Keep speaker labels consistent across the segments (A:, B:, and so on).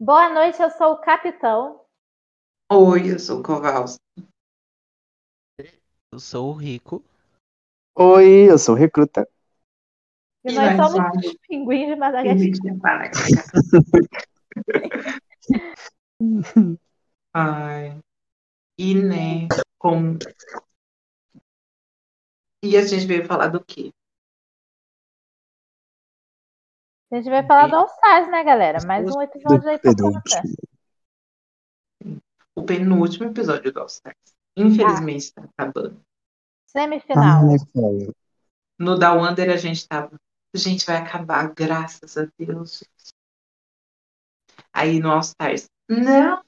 A: Boa noite, eu sou o capitão.
B: Oi, eu sou o Kowalski.
C: Eu sou o Rico.
D: Oi, eu sou o Recruta.
A: E
B: E
A: nós
B: nós
A: somos
B: somos
A: os pinguins de
B: Tem
A: Madagascar.
B: gente que fala que- Ai. E né, com... E a gente veio falar do quê?
A: A gente vai falar do All-Stars, né, galera? Mais um episódio aí pra
D: Pedro.
A: comentar.
B: O penúltimo episódio do All Stars. Infelizmente está acabando.
A: Semifinal.
D: Ai, cara.
B: No Down Under a gente tava. Gente, vai acabar, graças a Deus. Aí no All Stars. Não,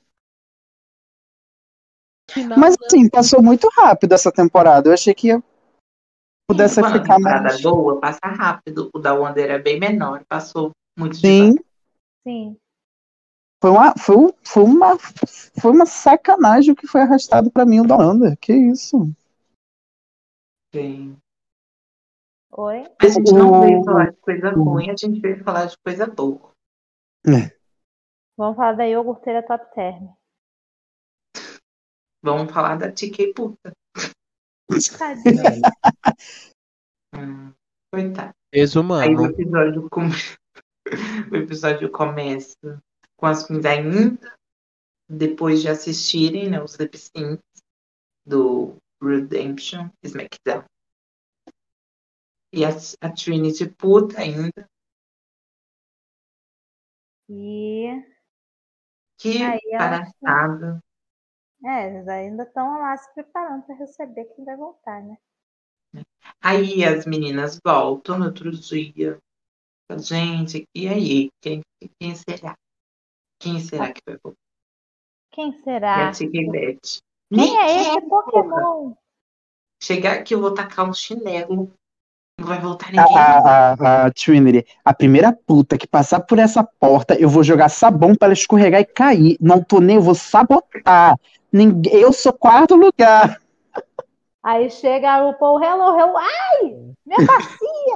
C: Final,
D: Mas
C: né?
D: assim, passou muito rápido essa temporada. Eu achei que ia- pudesse
B: uma
D: ficar
B: temporada
D: mais.
B: boa, passa rápido. O Down Under é bem menor, passou muito
D: Sim,
A: Sim.
D: foi uma, foi, um- foi uma, foi uma sacanagem o que foi arrastado pra mim o Dolander. Que isso?
B: devagar.
A: Oi?
B: A gente não
D: O-
B: veio falar de coisa
D: o-
B: ruim, a gente veio falar de coisa boa.
A: Vamos falar da iogurteira top term.
B: Vamos falar da TK Puta.
A: Tadinha.
B: Hum, coitada.
C: Fez
B: Aí o
C: humano.
B: episódio, com... o episódio começa com as queens ainda, depois de assistirem né, os lip syncs do Redemption SmackDown. E a, a Trinity puta ainda,
A: E.
B: que
A: Aí ela-
B: palhaçada.
A: É, eles ainda estão lá se preparando pra receber quem vai voltar, né?
B: Aí as meninas voltam no outro dia. Fala, Gente, e aí? Quem, quem será? Quem será que vai voltar?
A: Quem
B: E
A: será?
B: a Tiki Beth.
A: Quem Ah. é
B: Ninguém
A: esse Pokémon?
B: Chegar aqui, eu vou tacar um chinelo. Não vai voltar
D: A,
B: ninguém.
D: a, a, a Trinity, a primeira puta que passar por essa porta, eu vou jogar sabão pra ela escorregar e cair. Não tô nem, eu vou sabotar. Ninguém, eu sou quarto lugar.
A: Aí chega o Paul, hello, hello. Ai! Minha bacia!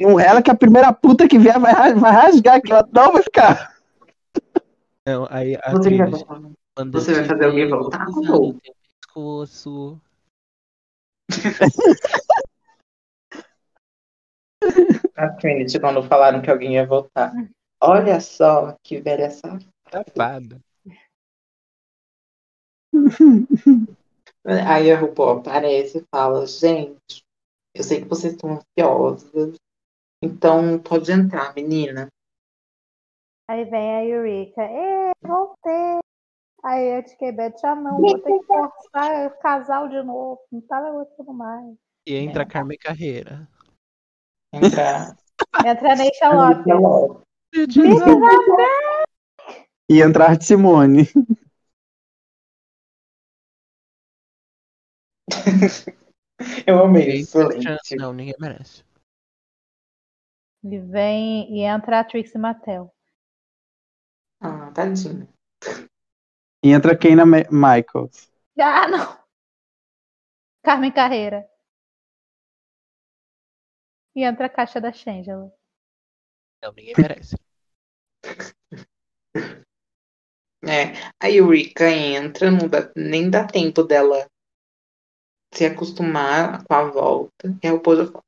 D: Não ela que é a primeira puta que vier vai, ra- vai rasgar, que ela não vai ficar.
C: Não, É, aí
B: Você
C: a
B: vai
C: Trinity
B: voltar.
C: manda
B: você vai
C: dizer,
B: fazer alguém voltar?
C: "Pisando
B: Ou?"
C: no teu um pescoço.
B: A Trinity, quando falaram que alguém ia voltar. Olha só, que velha safada.
C: Safada.
B: Aí a RuPaul aparece e fala, gente, eu sei que vocês estão ansiosas, então pode entrar, menina.
A: Aí vem a Eureka. Ê, voltei! Aí a TKB chamou, vou ter que forçar o casal de novo. Não tava aguentando mais.
C: E entra a Carmen Carreira.
B: Entra.
A: Entra a Neisha
B: Então-
A: Lopes.
D: E entrar de Simone.
B: Eu amei,
C: Ninguém
B: excelente.
C: merece chance. Não, ninguém merece.
A: E vem e entra a Trixie Mattel.
B: Ah, tadinha.
D: E entra quem na Ma- Michaels.
A: Ah, não! Carmen Carreira. E entra a caixa da Shangela.
C: Não, ninguém merece.
B: É, a Eureka entra, não dá, nem dá tempo dela se acostumar com a volta. E aí o Pojo fala: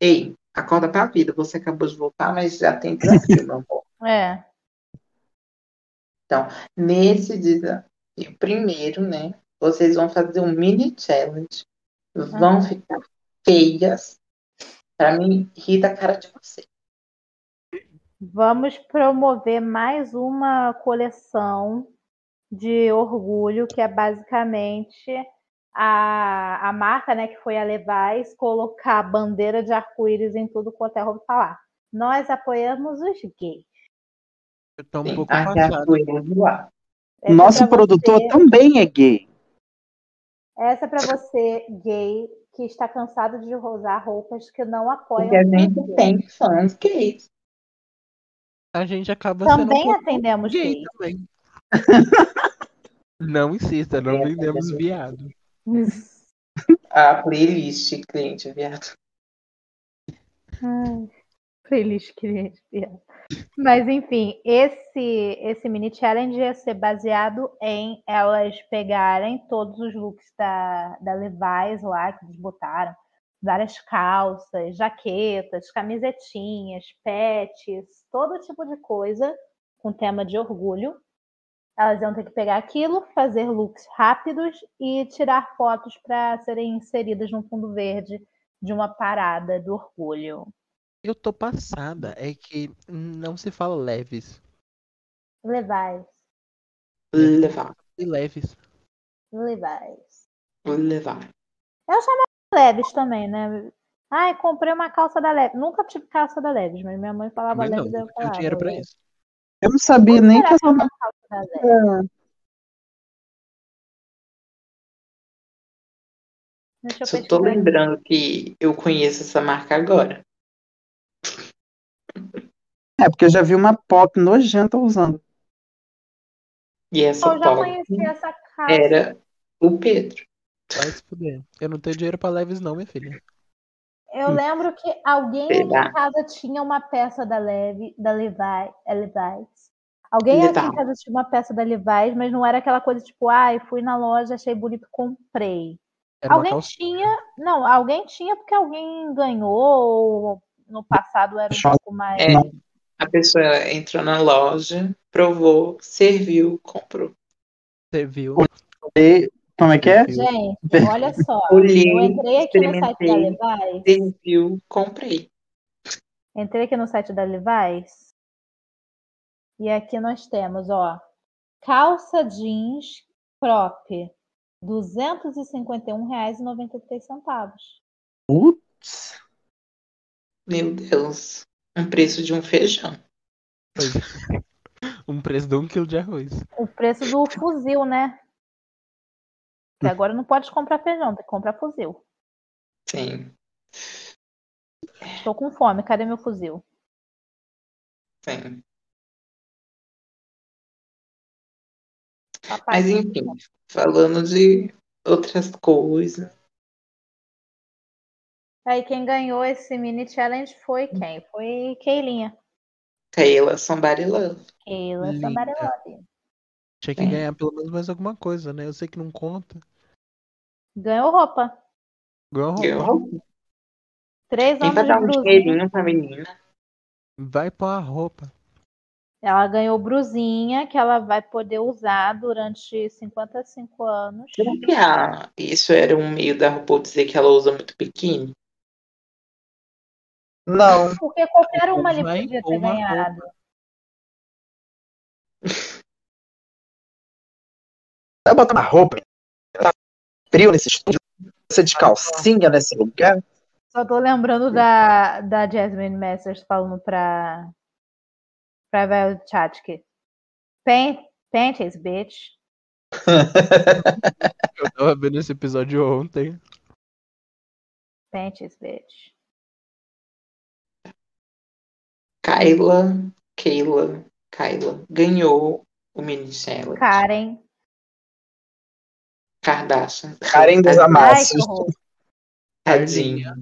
B: Ei, acorda pra vida, você acabou de voltar, mas já tem desafio, meu amor.
A: É.
B: Nesse desafio, primeiro, né? Vocês vão fazer um mini challenge, vão
A: Ah.
B: ficar feias pra mim rir da cara de vocês.
A: Vamos promover mais uma coleção de orgulho, que é basicamente a, a marca né, que foi a Levi's colocar bandeira de arco-íris em tudo quanto é roupa e falar. Nós apoiamos os gays.
C: Eu tô um
B: Sim,
C: pouco
B: até a
C: passado.
B: coelha voar.
A: Essa é
D: Nosso
A: pra
D: produtor
A: você-
D: também é gay.
A: essa é para você, gay, que está cansado de usar roupas que não apoiam.
B: Porque a
A: os
B: gente
A: gays.
B: tem fãs gays.
C: A gente acaba sendo um
A: Também
C: pouco
A: atendemos
C: gay
A: gays.
C: também. não insista, não
B: Também
C: vendemos
B: atendemos.
C: viado.
B: A playlist, cliente, viado.
A: Ai. Feliz cliente. fiel. Mas enfim, esse esse mini challenge ia ser baseado em elas pegarem todos os looks da, da Levi's lá que eles botaram. Várias calças, jaquetas, camisetinhas, pets, todo tipo de coisa com tema de orgulho. Elas iam ter que pegar aquilo, fazer looks rápidos e tirar fotos para serem inseridas no fundo verde de uma parada do orgulho.
C: Eu tô passada, é que não se fala leves.
A: Levi's,
B: Levar,
C: E leves.
A: Levi's.
B: levar.
A: Eu chamava Leves também, né? Ai, comprei uma calça da Leves. Nunca tive calça da Leves, mas minha mãe falava
C: Mas não,
A: Leves.
C: não
A: eu né?
C: tinha
A: falava
C: dinheiro pra
A: Levi's.
C: isso.
E: Eu Ah. não sabia
A: Como
E: nem
A: será
E: que
A: é
E: essa
A: uma calça da Levi's? Deixa eu
B: Só tô
A: pesquisar aqui.
B: lembrando que eu conheço essa marca agora.
E: É, porque eu já vi uma pop nojenta usando.
B: E essa
A: Eu já
B: pop
A: conheci essa calça.
B: era o Pedro.
C: Vai se fuder. Eu não tenho dinheiro pra leves, não, minha filha.
A: Eu lembro que alguém
B: Sei
A: em minha
B: lá.
A: casa tinha uma peça da Leve, da Levi, é Levi's. Alguém aqui em
B: Legal.
A: casa tinha uma peça da Levi's, mas não era aquela coisa tipo, ai, fui na loja, achei bonito, comprei.
C: Era uma
A: alguém
C: calça.
A: tinha, não, alguém tinha porque alguém ganhou, ou no passado era um
E: Choque.
A: pouco mais.
B: É, a pessoa entrou na loja, provou, serviu, comprou.
C: Você viu?
E: E, como é que é?
A: Gente, olha só,
B: Olhei,
A: eu entrei aqui no site da
B: experimentei.
A: Levi's,
B: Serviu, comprei.
A: entrei aqui no site da Levi's, e aqui nós temos, ó, calça jeans crop, R$ 251,93.
E: Putz.
B: Meu Deus, um preço de um feijão.
C: Um preço de um quilo de arroz.
A: O preço do fuzil, né? Que agora não pode comprar feijão, tem que comprar fuzil.
B: Sim,
A: Estou com fome, cadê meu fuzil?
B: sim.
A: Papai,
B: Mas enfim, falando de outras coisas.
A: Aí quem ganhou esse mini challenge foi
B: Hum.
A: quem? Foi Keilinha.
B: Taylor, somebody love.
A: Keila
C: Linda.
A: somebody love you.
C: Tinha que
B: É.
C: ganhar pelo menos mais alguma coisa, né? Eu sei que não conta.
A: Ganhou roupa.
C: Ganhou
E: Ah,
C: roupa.
B: Eu,
E: tá.
A: Três
B: quem
A: anos
B: vai
A: de
B: dar um
A: brusinha.
B: dinheirinho pra menina?
C: Vai pôr a roupa.
A: Ela ganhou brusinha que ela vai poder usar durante 55 anos.
B: Será que a- isso era um meio da RuPaul dizer que ela usa muito biquíni?
E: Não.
A: Porque qualquer uma ali
C: Vai
A: podia
C: pôr
A: ter
C: uma
A: ganhado.
E: Tá botando uma roupa. Tá frio nesse estúdio. Você de calcinha nesse lugar.
A: Só tô lembrando da, da Jasmine Masters falando pra, pra Violet Chachki. Paint, paint is bitch.
C: Eu tava vendo esse episódio ontem.
A: Paint is bitch.
B: Kyla, Kayla, Kyla ganhou o mini challenge.
A: Karen.
B: Kardashian.
E: Karen dos
A: Ai, que
E: amassos.
A: horror.
B: Tadinha.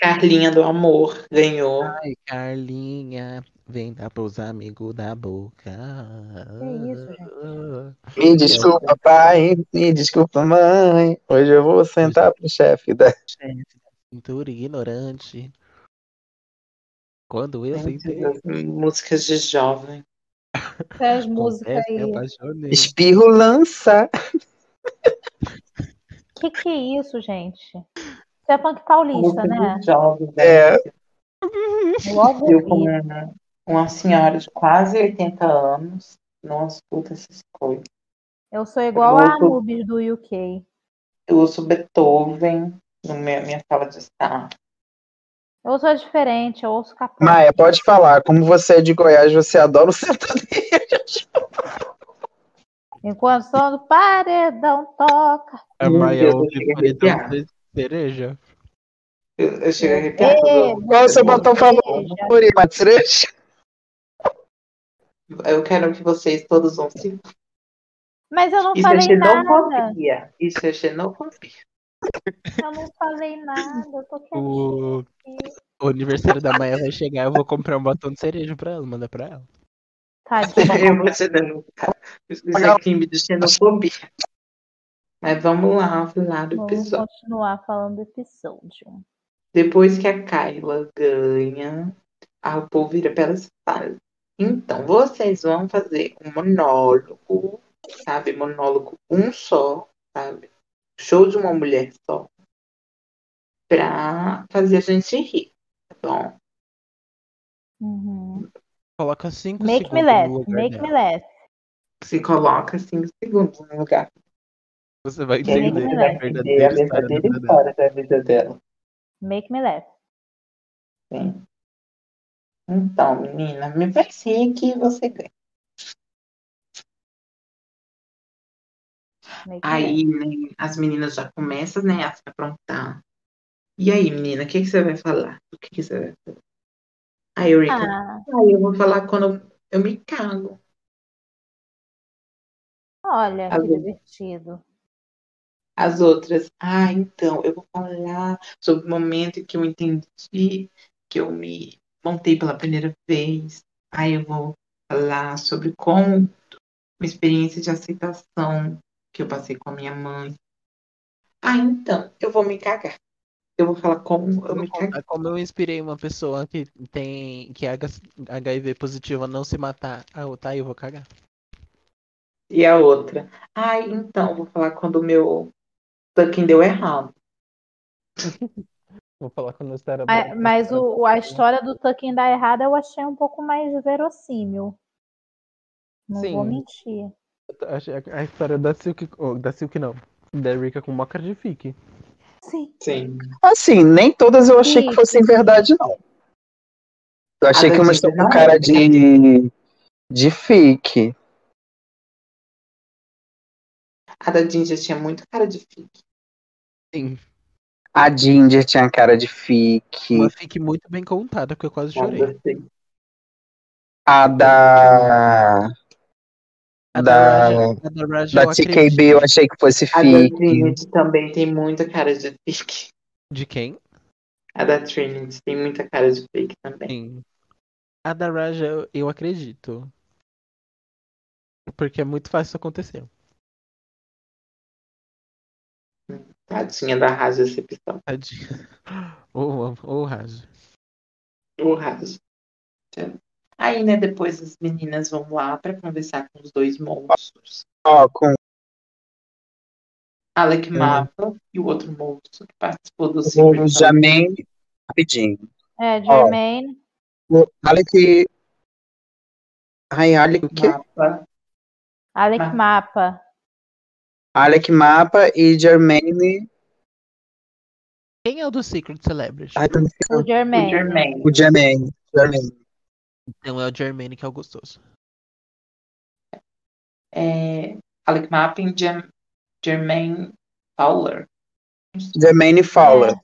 B: Carlinha do amor ganhou.
E: Ah,
C: Ai, Carlinha, vem dar pros amigos da boca.
A: isso,
E: Me desculpa, pai. Me desculpa, mãe. Hoje eu vou sentar pro chefe da.
C: Cintura ignorante. Quando eu
E: é.
C: sentei,
B: Essas Músicas de jovem.
A: Essas músicas
C: confesso que é, me
A: aí.
C: apaixonei.
E: Espirro lança.
A: Que que é isso, gente? Isso é punk paulista,
B: Músicas
A: né?
B: de jovem.
E: É.
A: Logo
B: Eu como
A: vi.
B: uma, uma senhora de quase 80 anos. Não escuta essas coisas.
A: Eu sou igual a
B: Logo.
A: Anubis do UK.
B: Eu ouço Beethoven na minha, minha sala de estar.
A: Eu sou diferente, eu ouço capô.
E: Maia, pode falar. Como você é de Goiás, você adora o sertanejo.
A: Enquanto só no paredão toca.
C: A
B: Meu
C: Maia
B: Deus, eu
C: ouve
E: é
B: cheguei a
C: paredão
B: arrepiar.
C: então, de cereja.
B: Eu, eu chego arrepiada.
A: É.
B: quando
E: Qual o seu
B: eu-
E: botão favorito? Matriz?
B: Eu quero que vocês todos vão se
A: Mas eu não
B: Isso é
A: falei nada.
B: xenofobia. Isso é xenofobia.
A: Eu não falei nada, eu tô quietinha.
C: O... o aniversário da Maia vai chegar, eu vou comprar um batom de cereja pra ela, mandar pra ela.
A: Tadinha.
B: Eu vou ser dando. Isso é crime de xenofobia. Mas vamos lá falar do
A: Vamos
B: episódio.
A: continuar falando do episódio.
B: Depois que a Kyla ganha, a RuPaul vira pra elas e fala, Então, vocês vão fazer um monólogo, sabe? Monólogo um só, sabe? Show de uma mulher só. Pra fazer a gente rir, tá bom?
A: Uhum.
C: Coloca 5
A: Make
C: segundos
A: me
C: no
A: laugh,
C: lugar
A: make
C: dela.
A: me laugh.
B: Se coloca cinco segundos no lugar.
C: Você vai
A: Make me
C: entender
A: laugh.
C: a
B: É a
C: verdadeira história
B: verdadeira
C: da dela.
B: história da vida dela.
A: Make me laugh.
B: Sim. Então, menina, me vai ser que você ganha.
A: Make me laugh.
B: Aí, né, as meninas já começam, né, a se aprontar. E aí, menina, o que que você vai falar? O que que você vai falar? Aí, Rica,
A: Ah,
B: aí eu vou falar quando eu- eu me cago.
A: Ah, olha que
B: Alô.
A: divertido.
B: As outras, ah, então, eu vou falar sobre o momento em que eu entendi que eu me montei pela primeira vez. Aí eu vou falar sobre como uma experiência de aceitação que eu passei com a minha mãe. Ah, então, eu vou me cagar. Eu vou falar como eu
C: Eu
B: me
C: vou
B: caguei.
C: contar como eu inspirei uma pessoa que tem que é HIV positiva a não se matar. Ah, eu- tá aí, eu vou cagar.
B: E a outra, ai, então, vou falar quando o meu tanquinho deu errado.
C: Vou falar quando eu estar
A: Mas, mas o- tá o- a história do Tucking dar errada eu achei um pouco mais verossímil. Não vou
C: Sim.
A: mentir.
C: A, a história da Silk. oh, da Silk não. Da Rika com uma cara de fique.
A: Sim.
B: Sim.
D: Assim, nem todas eu achei que
A: Isso.
D: fossem verdade, não. Eu achei
B: Ah,
D: que uma
B: mas
D: estava
B: não.
D: com cara de. de fique.
B: A da Ginger tinha muito cara de fique.
C: Sim.
D: A Ginger tinha cara de
C: Uma
D: fique.
C: fique muito bem contada, porque eu quase
B: Mas
C: chorei.
B: assim,
D: A da.
C: A
D: Da-
C: Raja- a da Raja
D: Da
C: eu acredito.
D: TKB eu achei que fosse
B: A da
D: fique.
B: Trinity também tem muita cara de fique.
C: De quem?
B: A da Trinity tem muita cara de fique também.
C: Sim. Assim, A da Raja eu, eu acredito. Porque é muito fácil isso acontecer.
B: Tadinha da Raja tá Recepção.
C: Tadinha. Ou ou Raja.
B: O Raja. Aí, né, depois as meninas vão lá pra conversar com os dois monstros.
D: Ó, com
B: Alec
C: Uhum.
B: Mapa e o outro monstro que participou do
D: o
B: Secret Santa.
D: Jamie. Rapidinho.
A: É, Jermaine,
D: O Alec. Ai, Alec.
B: Mapa.
A: Alec
B: Mas-
A: Mapa.
D: Alec Mapa e Jermaine.
C: Quem é o do Secret Celebrity?
D: Ai, tô me
A: O
D: esquecendo.
B: O
A: Jermaine.
B: Jermaine.
D: O Jermaine. Jermaine.
C: Então é o Germaine que é o gostoso.
B: É, Alec Mapa e Jam- Jermaine Fowler.
D: Jermaine Fowler.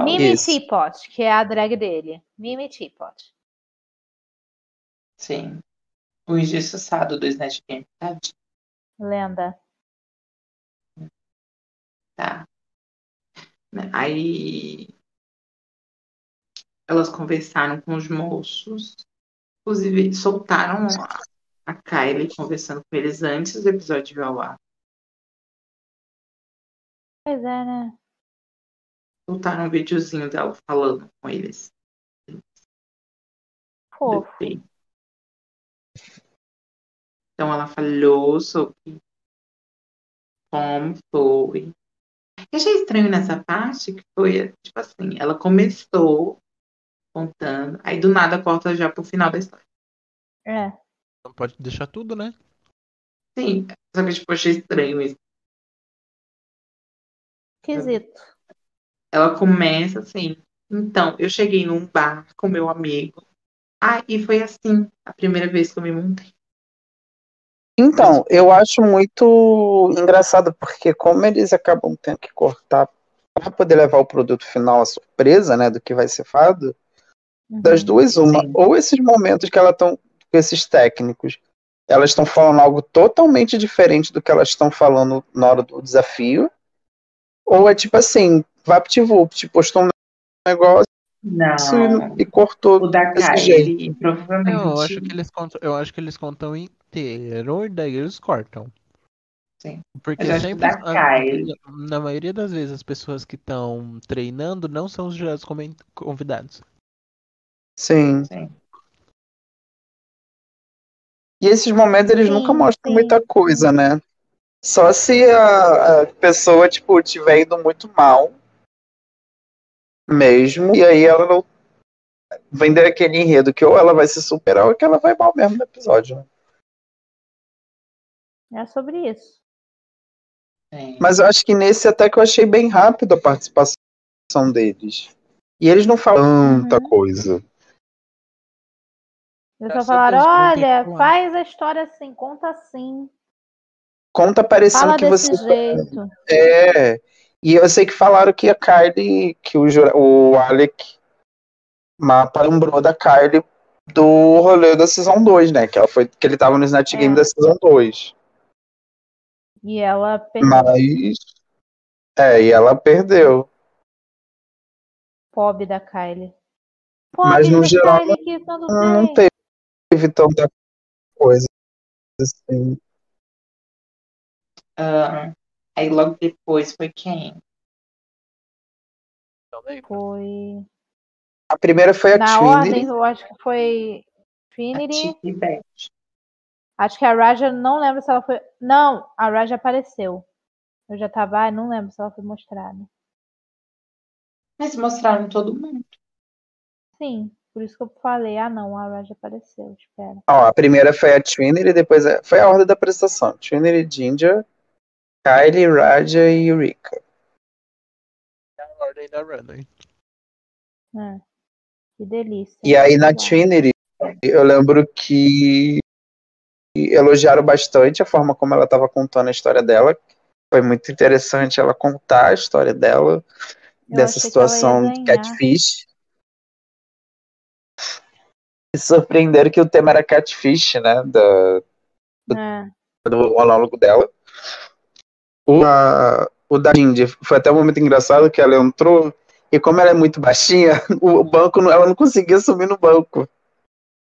A: Mimi
D: Isso.
A: Teapot, que é a drag dele. Mimi Teapot.
B: Sim. O injustiçado do Snatch Game. Tadinho,
A: Lenda.
B: Tá. Né, Aí. Elas conversaram com os moços. Inclusive, soltaram a, a Kylie conversando com eles antes do episódio ao ar.
A: Pois é, né?
B: Soltaram um videozinho dela falando com eles.
A: Fofo.
B: Sim. Então ela falou sobre como foi. Eu achei estranho nessa parte que foi, tipo assim, ela começou contando, aí do nada corta já pro final da história.
A: É.
C: Não pode deixar tudo, né?
B: Sim, só que tipo, eu achei estranho isso.
A: Esquisito.
B: Ela começa assim, então, eu cheguei num bar com meu amigo. Ah, e foi assim, a primeira vez que eu me montei.
D: Então, eu acho muito engraçado, porque como eles acabam tendo que cortar para poder levar o produto final à surpresa, né, do que vai ser falado,
A: Uhum.
D: das duas, uma,
B: Sim.
D: ou esses momentos que elas estão, esses técnicos, elas estão falando algo totalmente diferente do que elas estão falando na hora do desafio, Ou é tipo assim, VaptVupt postou um negócio
B: Não.
D: e, e cortou.
B: O da
D: desse
B: Kylie,
D: jeito.
B: provavelmente.
C: Eu acho que eles contam, eu acho que eles contam inteiro, daí eles cortam.
B: Sim.
C: Porque
B: Mas eu acho que
C: sempre,
B: dá cai.
C: na maioria das vezes, as pessoas que estão treinando não são os jurados comen- convidados.
D: Sim.
B: Sim.
D: E esses momentos eles
A: Sim,
D: nunca mostram
A: sim.
D: muita coisa, né? Só se a, a pessoa, tipo, tiver indo muito mal mesmo, e aí ela não vender aquele enredo que ou ela vai se superar ou que ela vai mal mesmo no episódio. né?
A: É sobre isso.
B: Sim.
D: Mas eu acho que nesse até que eu achei bem rápido a participação deles. E eles não falam tanta
A: Uhum.
D: coisa.
A: Eles
C: É
A: só
C: sobre
A: falaram:
C: isso, não tem
A: olha,
C: como.
A: faz a história assim, conta assim,
D: Conta parecendo
A: fala
D: é que
A: desse
D: você
A: jeito.
D: É, e eu sei que falaram que a Carly, que o, jura- o Alec Mapa lembrou da Carly do rolê da Season 2, né? Que, ela foi, que ele tava no Snatch Game
A: É.
D: da Season 2.
A: E ela perdeu
D: Mas. É, e ela perdeu.
A: pobre da Kylie. Pobre
D: Mas, no
A: da
D: geral,
A: Kylie que tanto
D: Não
A: tem.
D: teve tanta coisa assim.
B: Ah, aí logo depois foi quem? Então,
A: Foi.
D: A primeira foi É a
A: Na ordem,
D: Trinity.
A: eu acho que foi
B: A
A: Trinity.
B: Titi Beth.
A: Acho que a Raja, não lembro se ela foi. Não, a Raja apareceu. Eu já tava, ai, não lembro se ela foi mostrada.
B: Mas mostraram todo mundo.
A: Sim, por isso que eu falei, ah não, a Raja apareceu, espera.
D: Ó, a primeira foi a Trinity, depois a- foi a ordem da prestação. Trinity, Ginger, Kylie, Raja e Eureka.
C: Na ordem da Runner.
A: É. Que delícia.
D: E aí na
A: Uau.
D: Trinity, eu lembro que elogiaram bastante a forma como ela estava contando a história dela. Foi muito interessante ela contar a história dela,
A: Eu
D: dessa
A: achei que ela ia
D: situação de
A: ganhar.
D: catfish. E surpreenderam que o tema era catfish, né? Da,
A: É.
D: do monólogo dela. O, a- o da Índia foi até um momento engraçado que ela entrou e como ela é muito baixinha, o banco não- ela não conseguia subir no banco.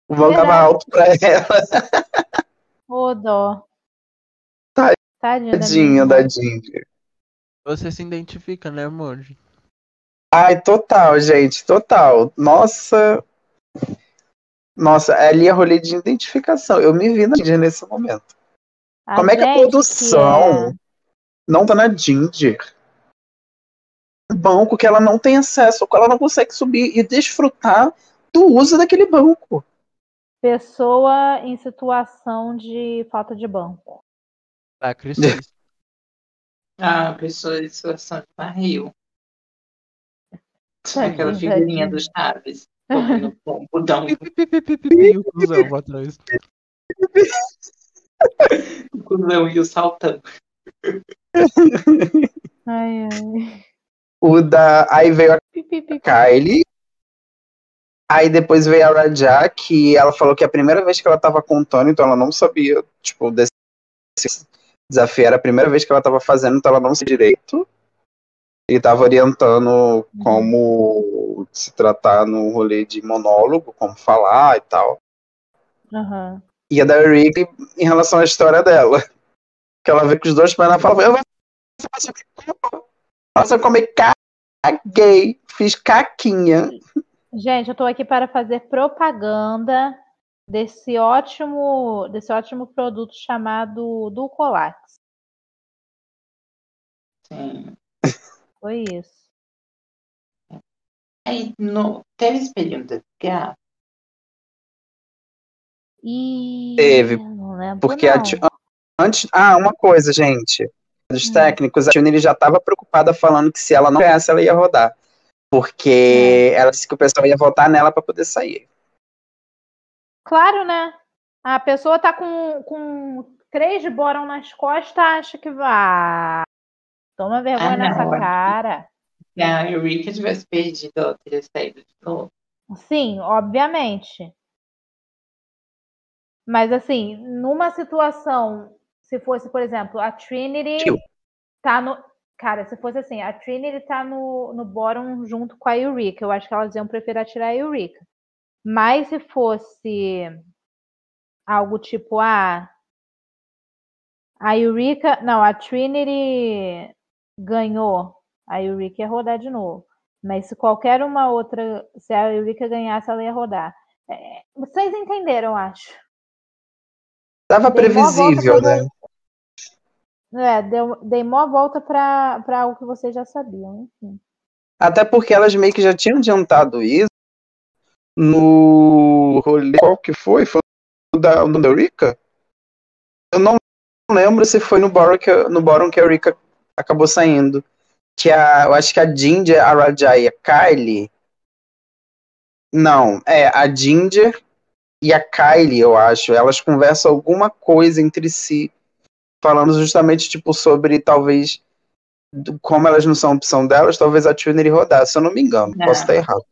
D: O banco tava
A: Verdade.
D: alto pra ela.
A: Ô, dó. Tadinha
D: Tadinha
A: da
D: Tá Tadinha
A: menina.
D: da Ginger.
C: Você se identifica, né, amor?
D: Ai, total, gente, total. Nossa. Nossa, ali é rolê de identificação. Eu me vi na Ginger nesse momento.
A: A
D: Como é que a
A: gente que
D: produção
A: é-
D: não tá na Ginger? Um banco que ela não tem acesso, que ela não consegue subir e desfrutar do uso daquele banco.
A: Pessoa em situação de falta de banco.
C: Tá, Cristis.
B: Ah, pessoa de situação de barril.
A: Tadinha
B: Aquela
A: da
B: figurinha
A: Ginger.
B: do Chaves. Comendo com o budão.
C: E o cuzão pra trás.
B: o cuzão e o saltão.
A: Ai, ai.
D: O da. Aí veio a
A: Pi, pi, pi, pi.
D: Kylie. Aí depois veio a Raja, que ela falou que a primeira vez que ela tava contando, então ela não sabia, tipo, desse desse desafio. Era a primeira vez que ela tava fazendo, então ela não sabia direito. E tava orientando como se tratar no rolê de monólogo, como falar e tal.
A: Aham.
D: E a da Rick em relação à história dela. Que ela vê que os dois pés na fala, eu faço Nossa, eu comi caguei, fiz caquinha.
A: Gente, eu tô aqui para fazer propaganda desse ótimo, desse ótimo produto chamado Dulcolax.
B: Sim.
A: Foi isso.
B: Aí no... teve esse período da
A: E
D: Teve,
A: não lembro,
D: Porque a
A: não.
D: Ti- antes. Ah, uma coisa, gente. Dos
A: Hum.
D: técnicos, a Tune ele já estava preocupada falando que se ela não ganhasse, ela ia rodar.
A: É.
D: Porque ela disse que o pessoal ia votar nela para poder sair.
A: Claro, né? A pessoa tá com, com três de borão nas costas, acha que vai. Toma vergonha
B: Ah, não,
A: nessa
B: eu acho que-
A: cara.
B: Se a Eureka tivesse perdido, ela teria saído de novo.
A: Sim, obviamente. Mas assim, numa situação, se fosse, por exemplo, a Trinity
D: Tio.
A: tá no. Cara, se fosse assim, a Trinity tá no, no bottom junto com a Eureka. Eu acho que elas iam preferir tirar a Eureka. Mas se fosse algo tipo a. A Eureka. Não, a Trinity ganhou. A Eureka ia rodar de novo. Mas se qualquer uma outra. Se a Eureka ganhasse, ela ia rodar. É, vocês entenderam, eu acho.
D: Tava
A: Dei mó volta
D: Tá previsível,
A: pra-
D: né?
A: É, deu, dei mó volta pra, pra algo que vocês já sabiam, enfim.
D: Até porque elas meio que já tinham adiantado isso no rolê. Qual que foi? Foi o da, o da Rica? Eu não lembro se foi no Boron que, no Boron que a Rica acabou saindo. Que a, eu acho que a Ginger, a Rajai e a Kylie. Não, é a Ginger e a Kylie, eu acho. Elas conversam alguma coisa entre si, falando justamente tipo sobre talvez do- como elas não são opção delas, talvez a Trinity rodasse, se eu não me engano.
B: É.
D: Posso estar errado.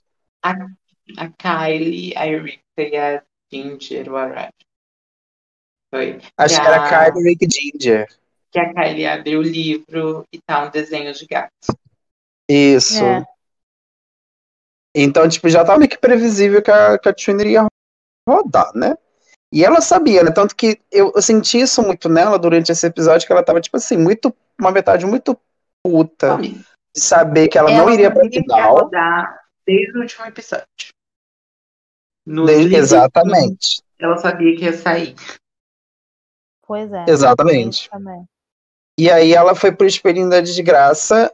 B: A Kylie, a Erika e a Ginger, o Arad. Foi.
D: Acho
B: E
D: que era
B: a-
D: Kylie Rick Ginger.
B: Que a Kylie abriu o livro e tá um desenho de gato.
D: Isso.
A: É.
D: Então, tipo, já tava meio que previsível que a, que a Trinity ia rodar, né? E ela sabia, né? Tanto que eu, eu senti isso muito nela durante esse episódio, que ela tava, tipo assim, muito. Uma metade muito puta de saber que ela, não iria pra
B: sabia que ia
D: final.
B: rodar desde o último episódio. Nos
D: Desde-
B: livros, né?
D: exatamente.
B: Ela sabia que ia sair.
A: Pois é.
D: Exatamente.
A: isso também.
D: E aí ela foi pro espelhinho da desgraça,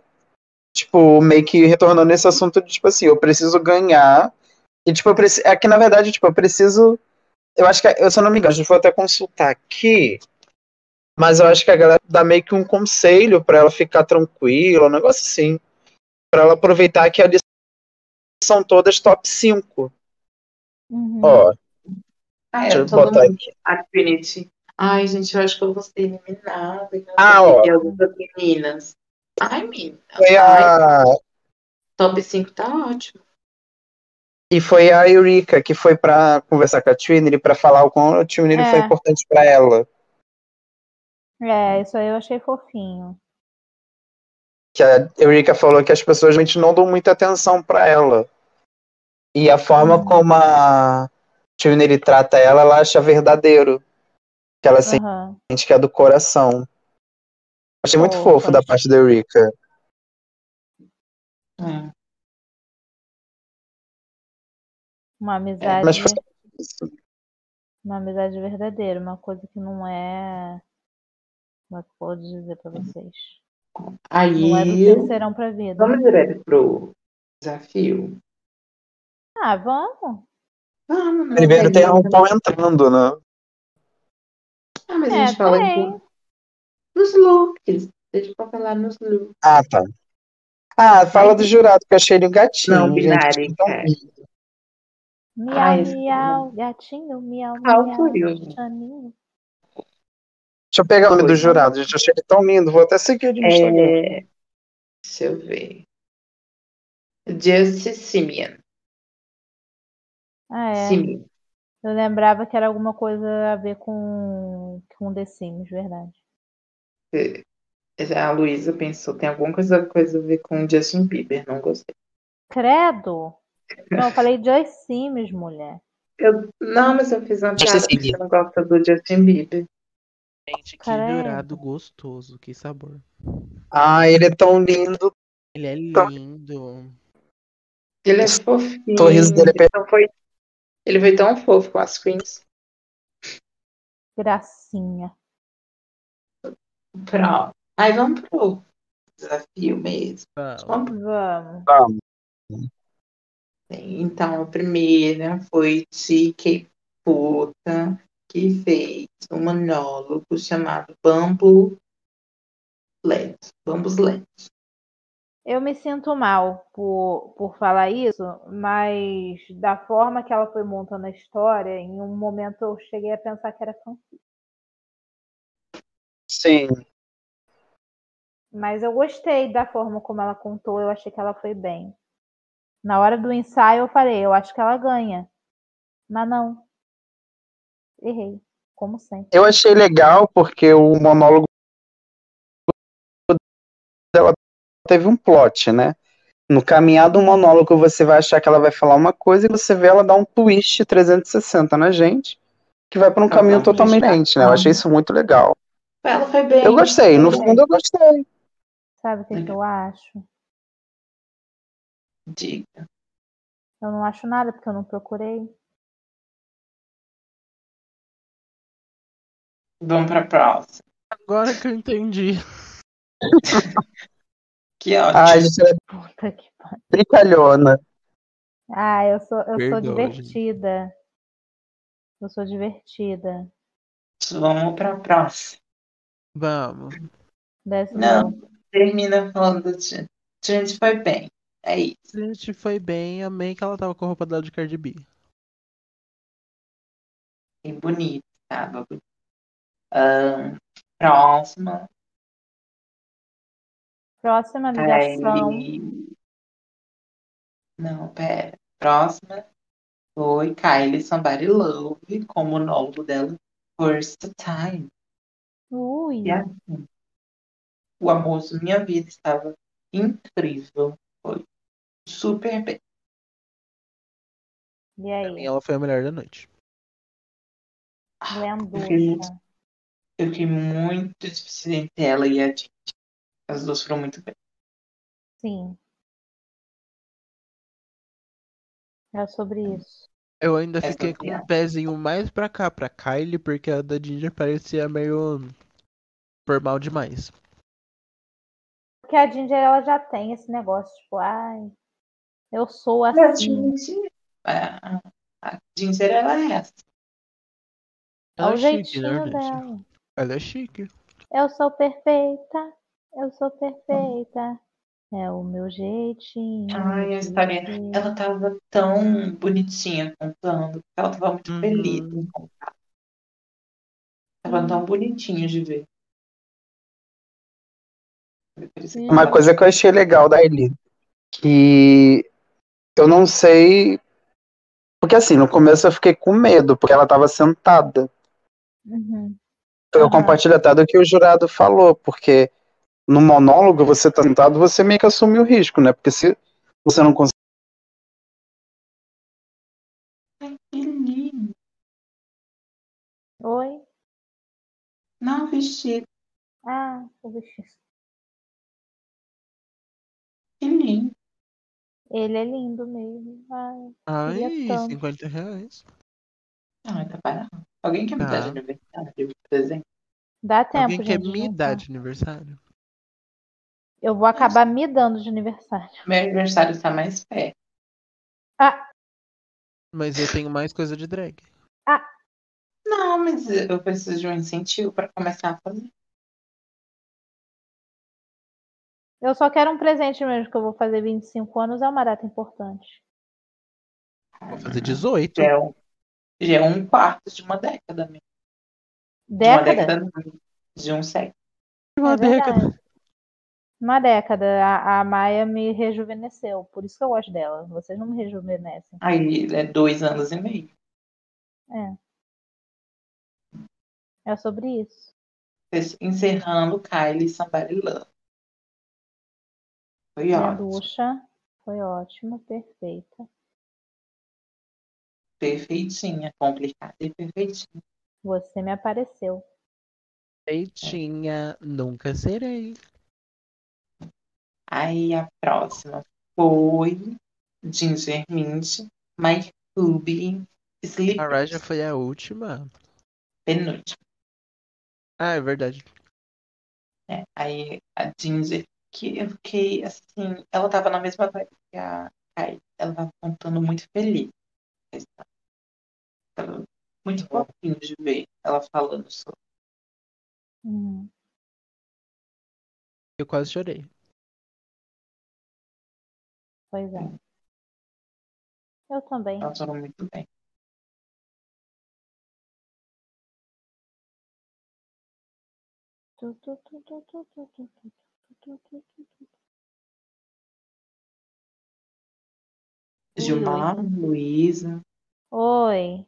D: tipo, meio que retornando nesse assunto de, tipo assim, eu preciso ganhar. E, tipo, eu preciso. É que, na verdade, tipo, eu preciso. Eu acho que. Eu, se eu não me engano, a gente vou até consultar aqui. Mas eu acho que a galera dá meio que um conselho pra ela ficar tranquila, um negócio assim. Pra ela aproveitar que ali são todas é top 5.
A: Uhum.
D: Ó,
B: Ah,
D: Deixa
B: era
D: eu
B: todo
D: botar
B: mundo. A Trinity. Ai, gente, eu acho que eu vou ser eliminada. e não
D: Ah,
B: sei o
D: ó.
B: que, E as outras meninas. Ai, menina.
D: foi
B: Ai,
D: a.
B: top 5 tá ótimo.
D: E foi a Eureka que foi pra conversar com a Trinity, pra falar o quão a Trinity
A: É.
D: foi importante pra ela.
A: É, isso aí eu achei fofinho.
D: que a Eureka falou que as pessoas realmente não dão muita atenção pra ela. E a forma
B: Hum.
D: como a Trinity trata ela, ela acha verdadeiro. Que
B: Ah.
D: ela sente
A: Aham.
D: que é do coração. Achei muito
A: Fofo,
D: fofo da
A: achei.
D: parte da Eureka.
B: É.
A: Uma
D: É,
A: amizade,
D: mas foi isso.
A: uma amizade verdadeira, uma coisa que não é. Como é que eu posso dizer pra vocês? Não é do
B: Aí,
A: terceirão pra vida.
B: vamos direto pro desafio.
A: Ah, vamos.
B: Vamos, né?
D: Primeiro tem um
B: Termina.
D: pão entrando, né?
B: Ah, mas a
A: É,
B: gente fala
A: tem.
B: aqui nos looks. Deixa eu falar nos looks.
D: Ah, tá. Ah, fala do jurado, que eu achei ele um gatinho.
B: Não,
D: gente.
B: binário, é.
D: Então,
B: cara.
A: Miau,
B: Ah, esse
A: miau, gatinho, miau,
B: Ah, o
A: miau,
B: curioso.
A: chaninho.
D: Deixa eu pegar o nome do
B: Foi.
D: jurado, gente. Eu achei ele tão lindo. Vou até seguir ele no Instagram.
B: É, deixa eu ver. Justice Simeon.
A: Ah, é.
B: Simeon.
A: Eu lembrava que era alguma coisa a ver com, com The Sims, verdade.
B: A Luísa pensou, tem alguma coisa, coisa a ver com Justin Bieber, não gostei.
A: Credo! Não, eu falei Joy Sims, mulher.
B: Eu, não, mas eu fiz uma piada
D: Justice
B: porque
D: Simeon.
B: eu não gosto do Justin Bieber.
C: Gente, que
A: Credo.
C: jurado gostoso, que sabor.
D: Ah, ele é tão lindo.
C: Ele é
D: Tá.
C: lindo.
B: Ele é
D: Esse
B: fofinho.
D: sorriso dele é
B: ele, não foi, ele foi tão fofo com as queens.
A: Gracinha.
B: Pronto. Aí vamos pro desafio mesmo.
C: Vamos.
B: Vamos
A: Vamos.
D: Vamos.
B: Bem, Então, a primeira foi T.K. Puta, que fez um monólogo chamado Bambu Led. Bambus Led.
A: Eu me sinto mal por, por falar isso, mas da forma que ela foi montando a história, em um momento eu cheguei a pensar que era fanfic.
D: Sim.
A: Mas eu gostei da forma como ela contou, eu achei que ela foi bem. Na hora do ensaio eu falei, eu acho que ela ganha. Mas não. Errei. Como sempre.
D: Eu achei legal porque o monólogo dela teve um plot, né? No caminhar do monólogo, você vai achar que ela vai falar uma coisa e você vê ela dar um twist 360 na gente, que vai para um
B: Ela dá
D: caminho
B: um twist É
D: totalmente diferente, né? Eu achei isso muito legal.
B: Ela foi bem.
D: Eu gostei, no
B: Foi bem.
D: fundo eu gostei.
A: Sabe o que, que eu acho?
B: Diga.
A: Eu não acho nada porque eu não procurei.
B: Vamos pra próxima.
C: Agora que eu entendi.
B: Que ótimo.
D: Ai, gente, ela é
A: Puta que pariu.
D: brincalhona.
A: Ah, eu sou, eu sou
C: Perdoa,
A: divertida. Eu sou divertida.
B: Vamos pra próxima.
C: Vamos.
A: Desce
B: Não.
A: não.
B: Termina falando de. Gente, foi bem. É isso.
C: Gente, foi bem. Amei que ela tava com a roupa dela de Cardi B.
B: E bonito, tava bonito. Ahn, próxima.
A: Próxima ligação.
B: Aí... Não, pera. Próxima foi Kylie Somebody Love com o monólogo dela First Time.
A: Ui.
B: E assim, o amor da minha vida estava incrível. Foi super bem.
A: E
C: Pra mim,
A: aí?
C: ela foi a melhor da noite.
A: Lenducha.
B: Eu fiquei muito difícil entre ela e a gente. As duas foram muito bem.
A: Sim. É sobre isso.
C: Eu ainda
B: Essa
C: fiquei com
B: piada.
C: um pezinho mais pra cá, pra Kylie, porque a da Ginger parecia meio formal demais.
A: Porque a Ginger, ela já tem esse negócio, tipo, ai, eu sou
B: A
A: assim.
B: gente, a, É, a Ginger, ela é essa.
A: É o
C: Ela é chique, né,
A: jeitinho
C: gente?
A: dela.
C: Ela é chique.
A: Eu sou perfeita, eu sou
C: Hum.
A: perfeita. É o meu jeitinho.
B: Ai, a história.
A: de ser.
B: Ela tava tão bonitinha contando. Ela tava muito
C: Uhum.
B: feliz em contar. Tava tão bonitinha de ver. É.
A: Sim.
D: Uma coisa que eu achei legal da Ellie, que eu não sei. Porque assim, no começo eu fiquei com medo, porque ela tava sentada.
A: Uhum.
D: Eu
A: Aham.
D: compartilho até do que o jurado falou, porque no monólogo você tá sentado, você meio que assume o risco, né? Porque se você não consegue.
B: Que lindo.
A: Oi?
B: Não, vestido.
A: Ah, o bichinho.
B: Que lindo.
A: Ele é lindo mesmo. Ai,
C: Ai,
A: Queria tanto.
C: 50 reais.
B: Ai, tá barato. Alguém quer me
C: Tá.
B: dar de aniversário? de Presente?
A: dá tempo,
C: Alguém quer
A: gente, de né?
C: me
A: juntar.
C: dar de aniversário?
A: Eu vou acabar me dando de aniversário.
B: Meu aniversário está mais perto.
C: Mas eu tenho mais coisa de drag.
B: Não, mas eu preciso de um incentivo para começar a fazer.
A: Eu só quero um presente mesmo, que eu vou fazer 25 anos, é uma data importante.
C: Vou fazer 18.
B: Já é um, já é um quarto de uma década mesmo. De uma
A: Década?
B: década não, de um século.
A: É verdade. Uma década. A, a Maia me rejuvenesceu. Por isso que eu gosto dela. Vocês não me rejuvenescem.
B: Aí é dois anos e meio.
A: É sobre isso.
B: Encerrando Kylie Somebody Love. Foi ótimo.
A: Lenducha. Foi ótimo, perfeita.
B: Perfeitinha. Complicada e perfeitinha.
A: Você me apareceu.
C: Perfeitinha, nunca serei.
B: Aí a próxima foi Ginger Mint, Mike Ruby, Sleep,
C: A Raja foi a última.
B: penúltima.
C: Ah, é verdade.
B: né? Aí a Ginger, que eu fiquei assim, ela tava na mesma vibe que a Kylie. Ela tava contando muito feliz. Tava muito fofinho de ver ela falando sobre.
A: Hum.
C: Eu quase chorei.
A: Pois é. Eu também.
B: Ela falou muito bem.
A: Tu, tu, tu, tu, tu, tu, tu, tu, tu, tu, tu, tu, tu.
B: Gilmar, Luísa,
A: Oi.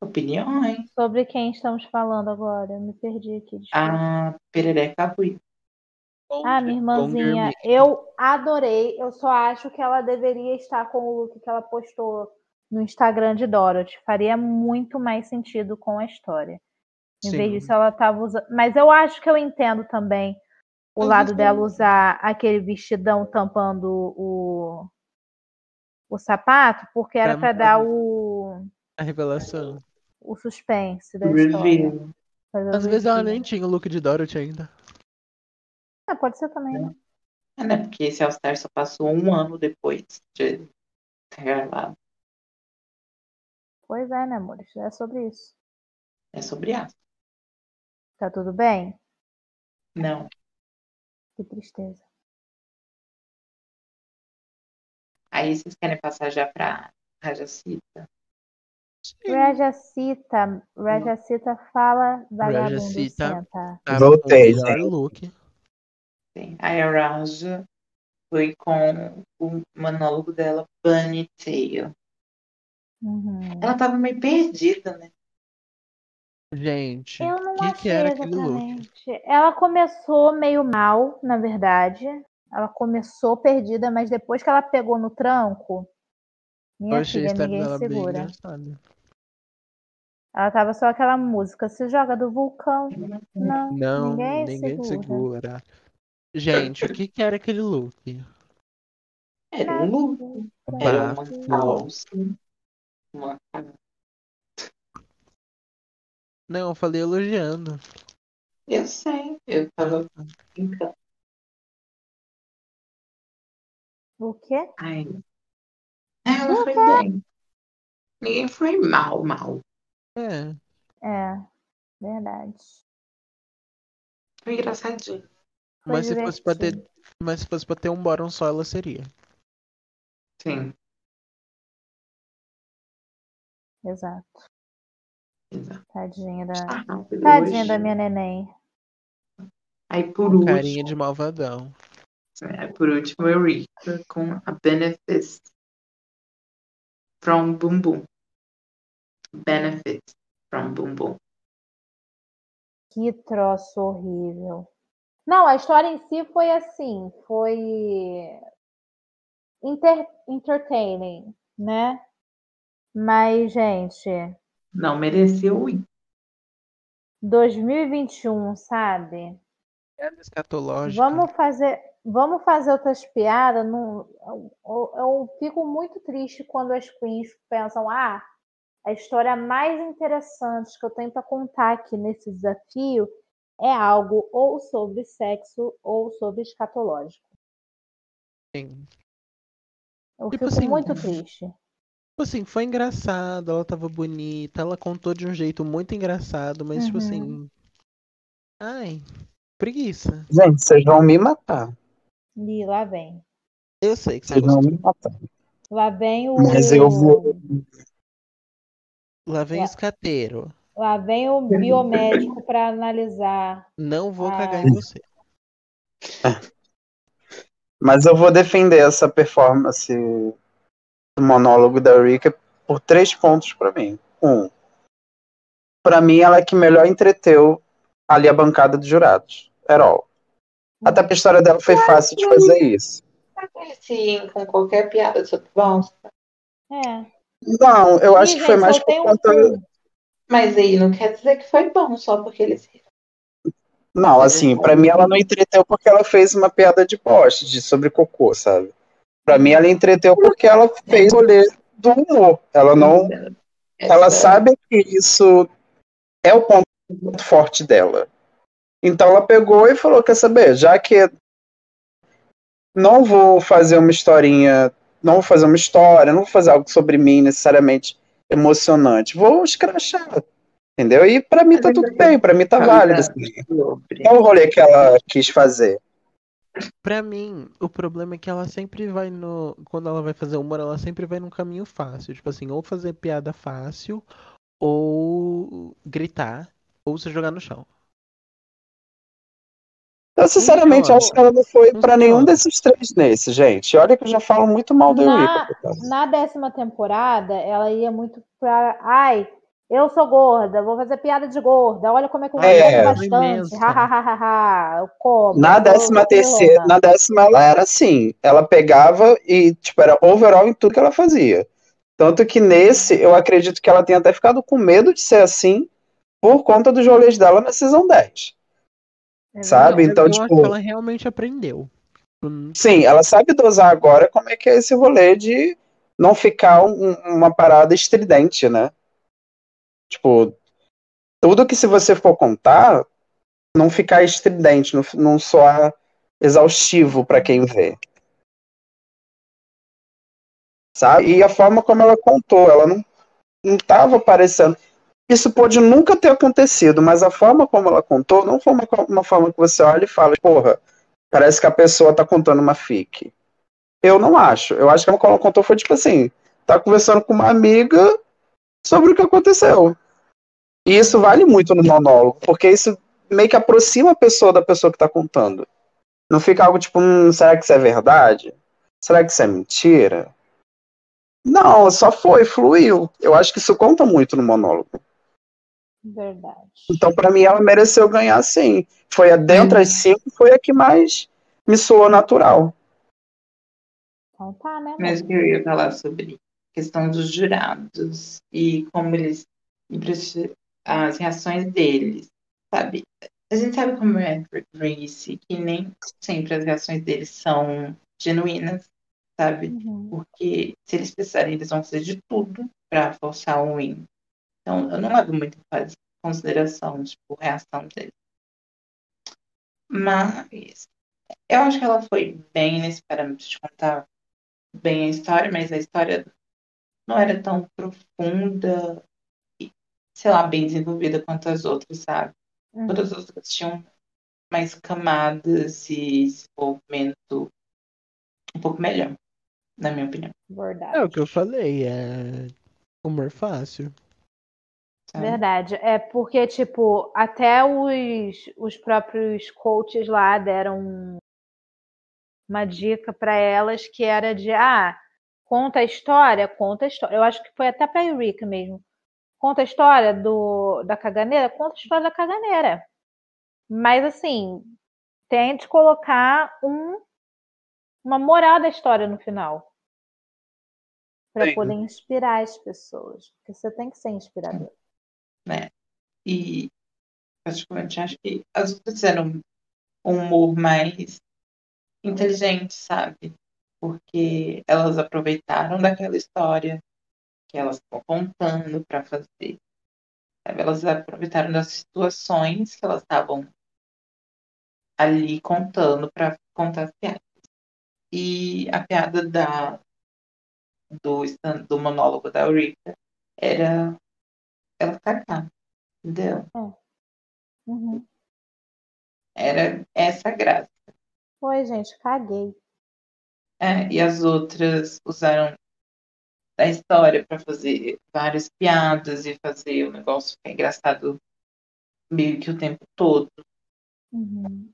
B: opiniões. Ah,
A: Sobre quem estamos falando agora? Eu me perdi aqui. desculpa.
B: A perereca ruim.
A: Ah, minha irmãzinha, eu adorei. Eu só acho que ela deveria estar com o look que ela postou no Instagram de Dorothy. Faria muito mais sentido com a história. Em vez disso, ela tava usando. Mas eu acho que eu entendo também o
B: Eu
A: lado
B: entendo.
A: dela usar aquele vestidão tampando o, o sapato, porque era
C: Pra-
A: para dar o,
C: A revelação.
A: o suspense da história.
B: Reveal.
A: Fazer o
C: Às vezes ela
A: reveal.
C: nem tinha o look de Dorothy ainda.
A: Ah, pode ser também. né?
B: É, né? Porque esse All-Star só passou um ano depois de ter gravado.
A: Pois é, né, amores? É sobre isso.
B: É sobre aço.
A: Tá tudo bem?
B: Não.
A: Que tristeza.
B: Aí vocês querem passar já pra Rajacita?
A: Rajacita. Rajacita fala vagabundo
C: Rajacita.
A: senta.
C: Tava
D: Voltei,
C: com o melhor look.
B: Sim. Aí a Raja foi com o monólogo dela, Bunny Tail.
A: Uhum.
B: Ela tava meio perdida, né?
C: Gente,
A: Eu não
C: que
A: achei
C: que era aquele look?
A: exatamente. Ela começou meio mal, na verdade. Ela começou perdida, mas depois que ela pegou no tranco,
C: eu
A: minha
C: achei
A: filha,
C: a história
A: ninguém
C: dela bem né?
A: segura.
C: engraçada.
A: Ela tava só aquela música, se joga do vulcão.
C: Hum.
B: um
A: Não,
C: Não,
A: ninguém, é
C: ninguém
A: segura.
C: segura. Gente, o que que era aquele look? É
B: Era um look, era uma
C: Bafo.
B: calça. Uma...
C: Não, eu falei elogiando.
B: Eu sei, eu tava brincando.
A: O quê?
B: Ai. É, Ela foi bem. Ninguém foi mal, mal.
C: É,
A: É, verdade.
B: Foi engraçadinho.
A: Foi
C: mas se fosse pra ter,
A: divertido.
C: mas se fosse pra ter um bottom só, ela seria.
B: Sim,
A: Exato.
B: exato.
A: Tadinha
B: Tá
A: da.
B: rápido
A: Tadinha
B: hoje.
A: da minha neném.
B: Aí por último,
C: Carinha de malvadão.
B: aí por último, Eureka com a Benefits from Boom Boom. Benefits from Boom Boom.
A: Que troço horrível. Não, a história em si foi assim, foi inter- entertaining, né? Mas, gente,
B: Não mereceu o
A: 2021, sabe?
C: É escatológica.
A: Vamos fazer, vamos fazer outras piadas. não- eu, eu- eu fico muito triste quando as queens pensam: ah, a história mais interessante que eu tenho para contar aqui nesse desafio é algo ou sobre sexo ou sobre escatológico.
C: Sim.
A: Eu
C: Tipo
A: fico
C: assim,
A: muito triste.
C: Tipo assim, foi engraçado, ela tava bonita, ela contou de um jeito muito engraçado, mas tipo
A: Uhum.
C: assim. Ai, preguiça.
D: Gente, vocês vão me matar.
A: E lá vem.
C: Eu sei que você
D: Vocês vão
C: gostou.
D: me matar.
A: Lá vem o.
D: Mas eu vou.
C: Lá vem
A: É.
C: o escateiro.
A: Lá vem o biomédico para analisar.
C: Não vou
A: Ah.
C: cagar em você.
D: Mas eu vou defender essa performance do monólogo da Rika por três pontos pra mim. Um, pra mim ela é que melhor entreteu ali a bancada dos jurados. Era all. Até porque a história dela foi fácil de fazer isso.
B: Sim, com qualquer piada sobre bosta.
A: É.
D: Não, eu acho
A: Ih,
D: que foi
A: gente,
D: mais
A: só
D: por
A: tem um
D: conta.
A: cu.
B: Mas aí não quer dizer que foi bom só porque eles.
D: Não, assim, pra mim ela não entreteu porque ela fez uma piada de poste, de sobre cocô, sabe? Pra mim ela entreteu porque ela fez o rolê do humor. Ela não,
B: é
D: ela sabe que isso é o ponto forte dela. Então ela pegou e falou, quer saber, já que não vou fazer uma historinha, não vou fazer uma história, não vou fazer algo sobre mim necessariamente emocionante. Vou escrachar. Entendeu? E pra mim tá tudo bem, pra mim tá válido. assim.
B: Sobre.
D: É o rolê que ela quis fazer.
C: Pra mim, o problema é que ela sempre vai no. Quando ela vai fazer humor, ela sempre vai num caminho fácil. Tipo assim, ou fazer piada fácil, ou gritar, ou se jogar no chão.
D: Eu, sinceramente,
C: Não
D: acho que ela não foi
C: Não
D: pra nenhum
C: funciona.
D: desses três nesse, gente. Olha que eu já falo muito mal do
A: Na-
D: Eurica. por causa.
A: Na décima temporada, ela ia muito pra. Ai, Eu sou gorda, vou fazer piada de gorda. Olha como é que eu
D: É.
A: como bastante.
C: Imensa.
A: Ha, ha, ha, ha, ha. Eu como.
D: Na
A: eu sou-
D: décima
A: eu sou
D: terceira,
A: louca.
D: na décima ela era assim, ela pegava e tipo era overall em tudo que ela fazia. Tanto que nesse eu acredito que ela tenha até ficado com medo de ser assim por conta dos rolês dela na season 10.
A: É verdade.
D: sabe?
C: mas
D: Então,
C: eu acho
D: tipo-
C: que ela realmente aprendeu. Hum,
D: Sim, ela sabe dosar agora como é que é esse rolê de não ficar um- uma parada estridente, né? Tipo, tudo que se você for contar, não ficar estridente, não, não soar exaustivo pra quem vê. Sabe? E a forma como ela contou, ela não, não tava parecendo. Isso pode nunca ter acontecido, mas a forma como ela contou não foi uma, co- uma forma que você olha e fala, porra, parece que a pessoa tá contando uma fic. Eu não acho. Eu acho que ela- como ela contou foi tipo assim, tá conversando com uma amiga sobre o que aconteceu. E isso vale muito no monólogo, porque isso meio que aproxima a pessoa da pessoa que tá contando. Não fica algo tipo, hum, será que isso é verdade? Será que isso é mentira? Não, só foi, fluiu. Eu acho que isso conta muito no monólogo.
A: Verdade.
D: Então, pra mim, ela mereceu ganhar sim. Foi a dentre as cinco, foi a que mais me soou natural.
A: Então tá, né?
B: Mas eu ia falar sobre a questão dos jurados e como eles. impressi- as reações deles, sabe? A gente sabe como é Grace, que nem sempre as reações deles são genuínas, sabe?
A: Uhum.
B: Porque se eles pensarem, eles vão fazer de tudo pra forçar um win. Então, eu não levo muito em faz- consideração, tipo, a reação deles. Mas eu acho que ela foi bem nesse parâmetro de contar bem a história, mas a história não era tão profunda e, sei lá, bem desenvolvida quanto as outras, sabe?
A: Uhum.
B: Todas as outras tinham mais camadas e desenvolvimento um pouco melhor, na minha opinião.
A: Verdade.
C: É o que eu falei, é humor fácil.
B: sabe?
A: Verdade. É porque, tipo, até os, os próprios coaches lá deram uma dica pra elas que era de, ah, conta a história, conta a história. Eu acho que foi até pra Eurica mesmo. Conta a história do, da caganeira, conta a história da caganeira. Mas, assim, tente colocar um, uma moral da história no final. Pra
D: Sim.
A: poder inspirar as pessoas. Porque você tem que ser inspirador.
B: E, particularmente, acho que as outras eram um humor mais inteligente, sabe? Porque elas aproveitaram daquela história que elas estão contando para fazer. Sabe? Elas aproveitaram das situações que elas estavam ali contando para contar as piadas. E a piada da, do, stand- do monólogo da Rita era ela cagar, entendeu?
A: Uhum.
B: Era essa a graça.
A: Foi, gente, caguei.
B: É, e as outras usaram da história para fazer várias piadas e fazer o negócio ficar engraçado meio que o tempo todo,
A: Uhum.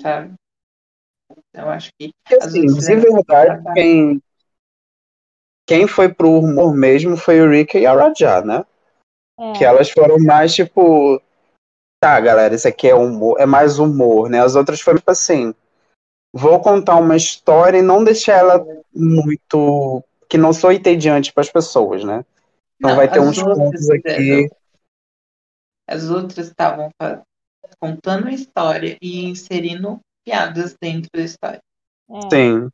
B: sabe? Então acho que
D: Porque,
B: As
D: assim,
B: outras
D: de
B: eram-
D: verdade, quem, quem foi pro humor mesmo foi o Rick e a Rajá, né?
A: É.
D: Que elas foram mais tipo. Tá, galera, isso aqui é humor, é mais humor, né? As outras foram tipo assim. Vou contar uma história e não deixar ela muito. que não sou entediante para as pessoas, né? Então vai ter
B: as
D: uns
B: outras
D: pontos aqui.
B: fizeram- As outras estavam fa- contando a história e inserindo piadas dentro da história.
A: É,
D: Sim.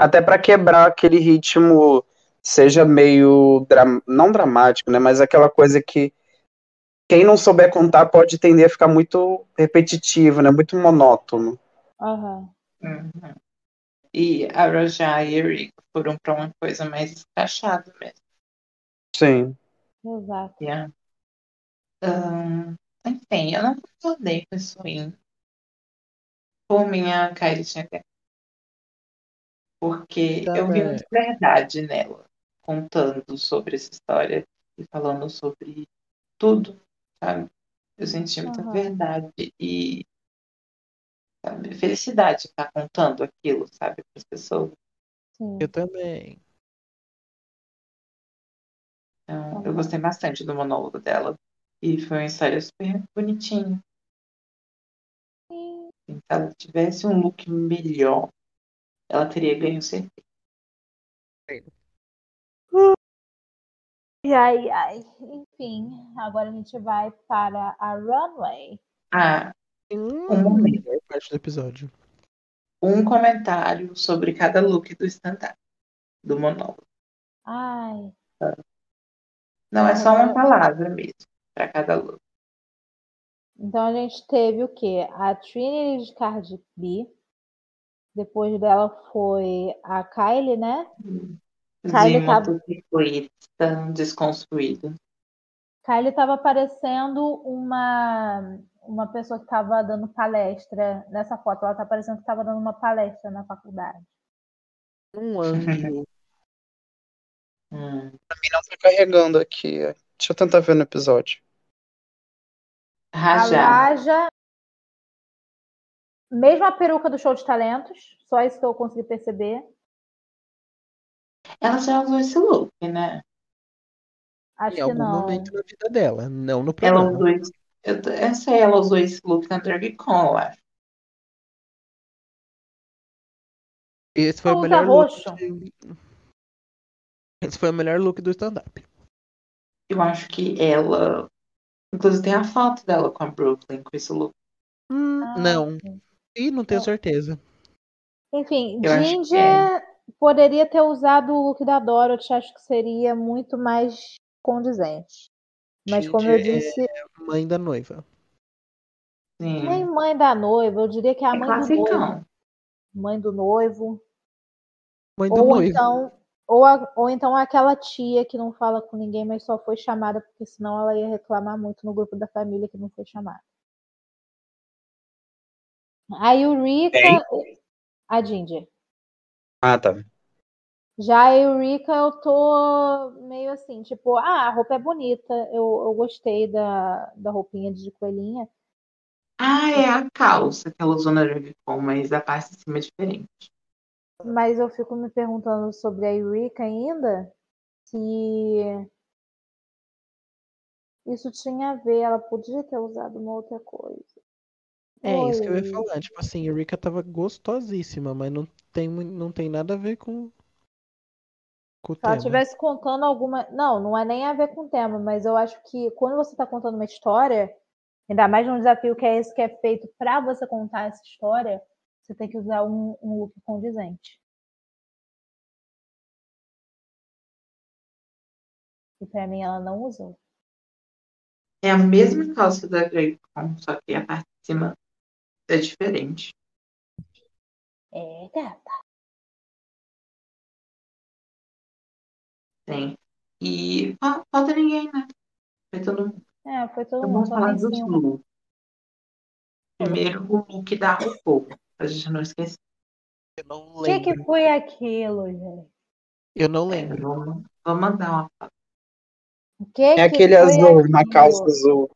D: Até para quebrar aquele ritmo, seja meio dra- não dramático, né? Mas aquela coisa que quem não souber contar pode tender a ficar muito repetitivo, né? Muito monótono.
A: aham.
B: Uhum. E a Rajá e a Erika foram para uma coisa mais escrachada mesmo.
D: Sim.
A: exato.
B: Yeah. Ahn, enfim, eu não concordei com isso aí. Por minha Kylie tinha ganho. Porque eu vi
C: Também.
B: muita verdade nela, contando sobre essa história e falando sobre tudo, sabe? Eu senti muita
A: Aham.
B: verdade e sabe, felicidade de estar contando aquilo, sabe, para as pessoas.
A: Sim.
C: Eu também.
B: Então, eu gostei bastante do monólogo dela. E foi uma história super bonitinha. Assim, Se ela tivesse um look melhor, ela teria ganho certeza.
A: E ai, ai. Enfim, agora a gente vai para a runway.
B: Ah, um momento.
C: Melhor parte do episódio.
B: Um comentário sobre cada look do stand-up, do monólogo.
A: Ai,
B: Não é só uma palavra mesmo, para cada look.
A: então a gente teve o quê? A Trinity de Cardi B. Depois dela foi a Kylie, né? Kylie
B: De
A: tava-
B: motociclista desconstruído.
A: Kylie estava parecendo uma uma pessoa que estava dando palestra. Nessa foto, ela tá parecendo que estava dando uma palestra na faculdade.
C: Um anjo.
B: Hum.
D: mim não tá carregando aqui. ó. Deixa eu tentar ver no episódio.
A: A
B: Rajar.
A: Laja, mesma peruca do show de talentos, só isso que eu consegui perceber.
B: Ela já usou esse look, né?
A: Acho
C: em
A: que
C: algum
A: não.
C: momento na vida dela, não no
B: Ela
C: programa.
B: usou esse. Eu, tô- eu sei, ela usou esse look na Drag Con, eu acho.
C: Esse foi
A: Ela
C: o
A: usa
C: melhor look.
A: roxo.
C: de- Esse foi o melhor look do stand-up.
B: Eu acho que ela. Inclusive tem a foto dela com a Brooklyn com esse look.
C: Hum,
A: Ah,
C: não.
A: sim.
C: E não tenho
A: É.
C: certeza.
A: Enfim,
B: Eu acho que
C: é.
A: Ginger poderia ter usado o look da Dorothy, acho que seria muito mais condizente. Mas como eu
C: Ginger é
A: disse,
C: Mãe da noiva.
A: nem
B: Sim.
A: mãe da noiva, eu diria que é a
B: É
A: mãe do noivo.
B: classicão.
A: Mãe do noivo.
C: Mãe do
A: Ou
C: noivo.
A: então, ou, a- ou então aquela tia que não fala com ninguém, mas só foi chamada, porque senão ela ia reclamar muito no grupo da família que não foi chamada. A Eurica. A Ginger.
D: Ah, tá.
A: Já a Eurica, eu tô meio assim, tipo, ah, a roupa é bonita, eu, eu gostei da, da roupinha de coelhinha.
B: Ah, é a calça que ela usou na Drag Con, mas a parte de cima é diferente.
A: Mas eu fico me perguntando sobre a Eurica ainda, se isso tinha a ver, ela podia ter usado uma outra coisa.
C: É isso que eu ia
A: Oi.
C: falar. Tipo assim, Erika tava gostosíssima, mas não tem, mu- não tem nada a ver com, com o
A: Se ela
C: tema.
A: estivesse contando alguma. Não, não é nem a ver com o tema, mas eu acho que quando você está contando uma história, ainda mais num desafio que é esse que é feito para você contar essa história, você tem que usar um, um look condizente. E para mim ela não usou.
B: É a mesma calça da Drag Con, só que a parte de cima é diferente.
A: É, gata.
B: Tem. E fa- falta ninguém, né? Foi todo mundo.
A: É, foi todo
B: Então,
A: mundo, assim,
B: Vamos
A: só
B: falar
A: tem
B: dos
A: cinco.
B: looks. Primeiro, o look da RuPaul. A gente não esquecer.
C: Eu não
A: O que,
C: lembro.
A: que foi aquilo, gente?
C: Eu não
B: É,
C: lembro.
B: vou, vou mandar uma foto.
A: O que
D: É
A: que
D: aquele
A: foi
D: azul, uma
A: aquilo?
D: calça azul.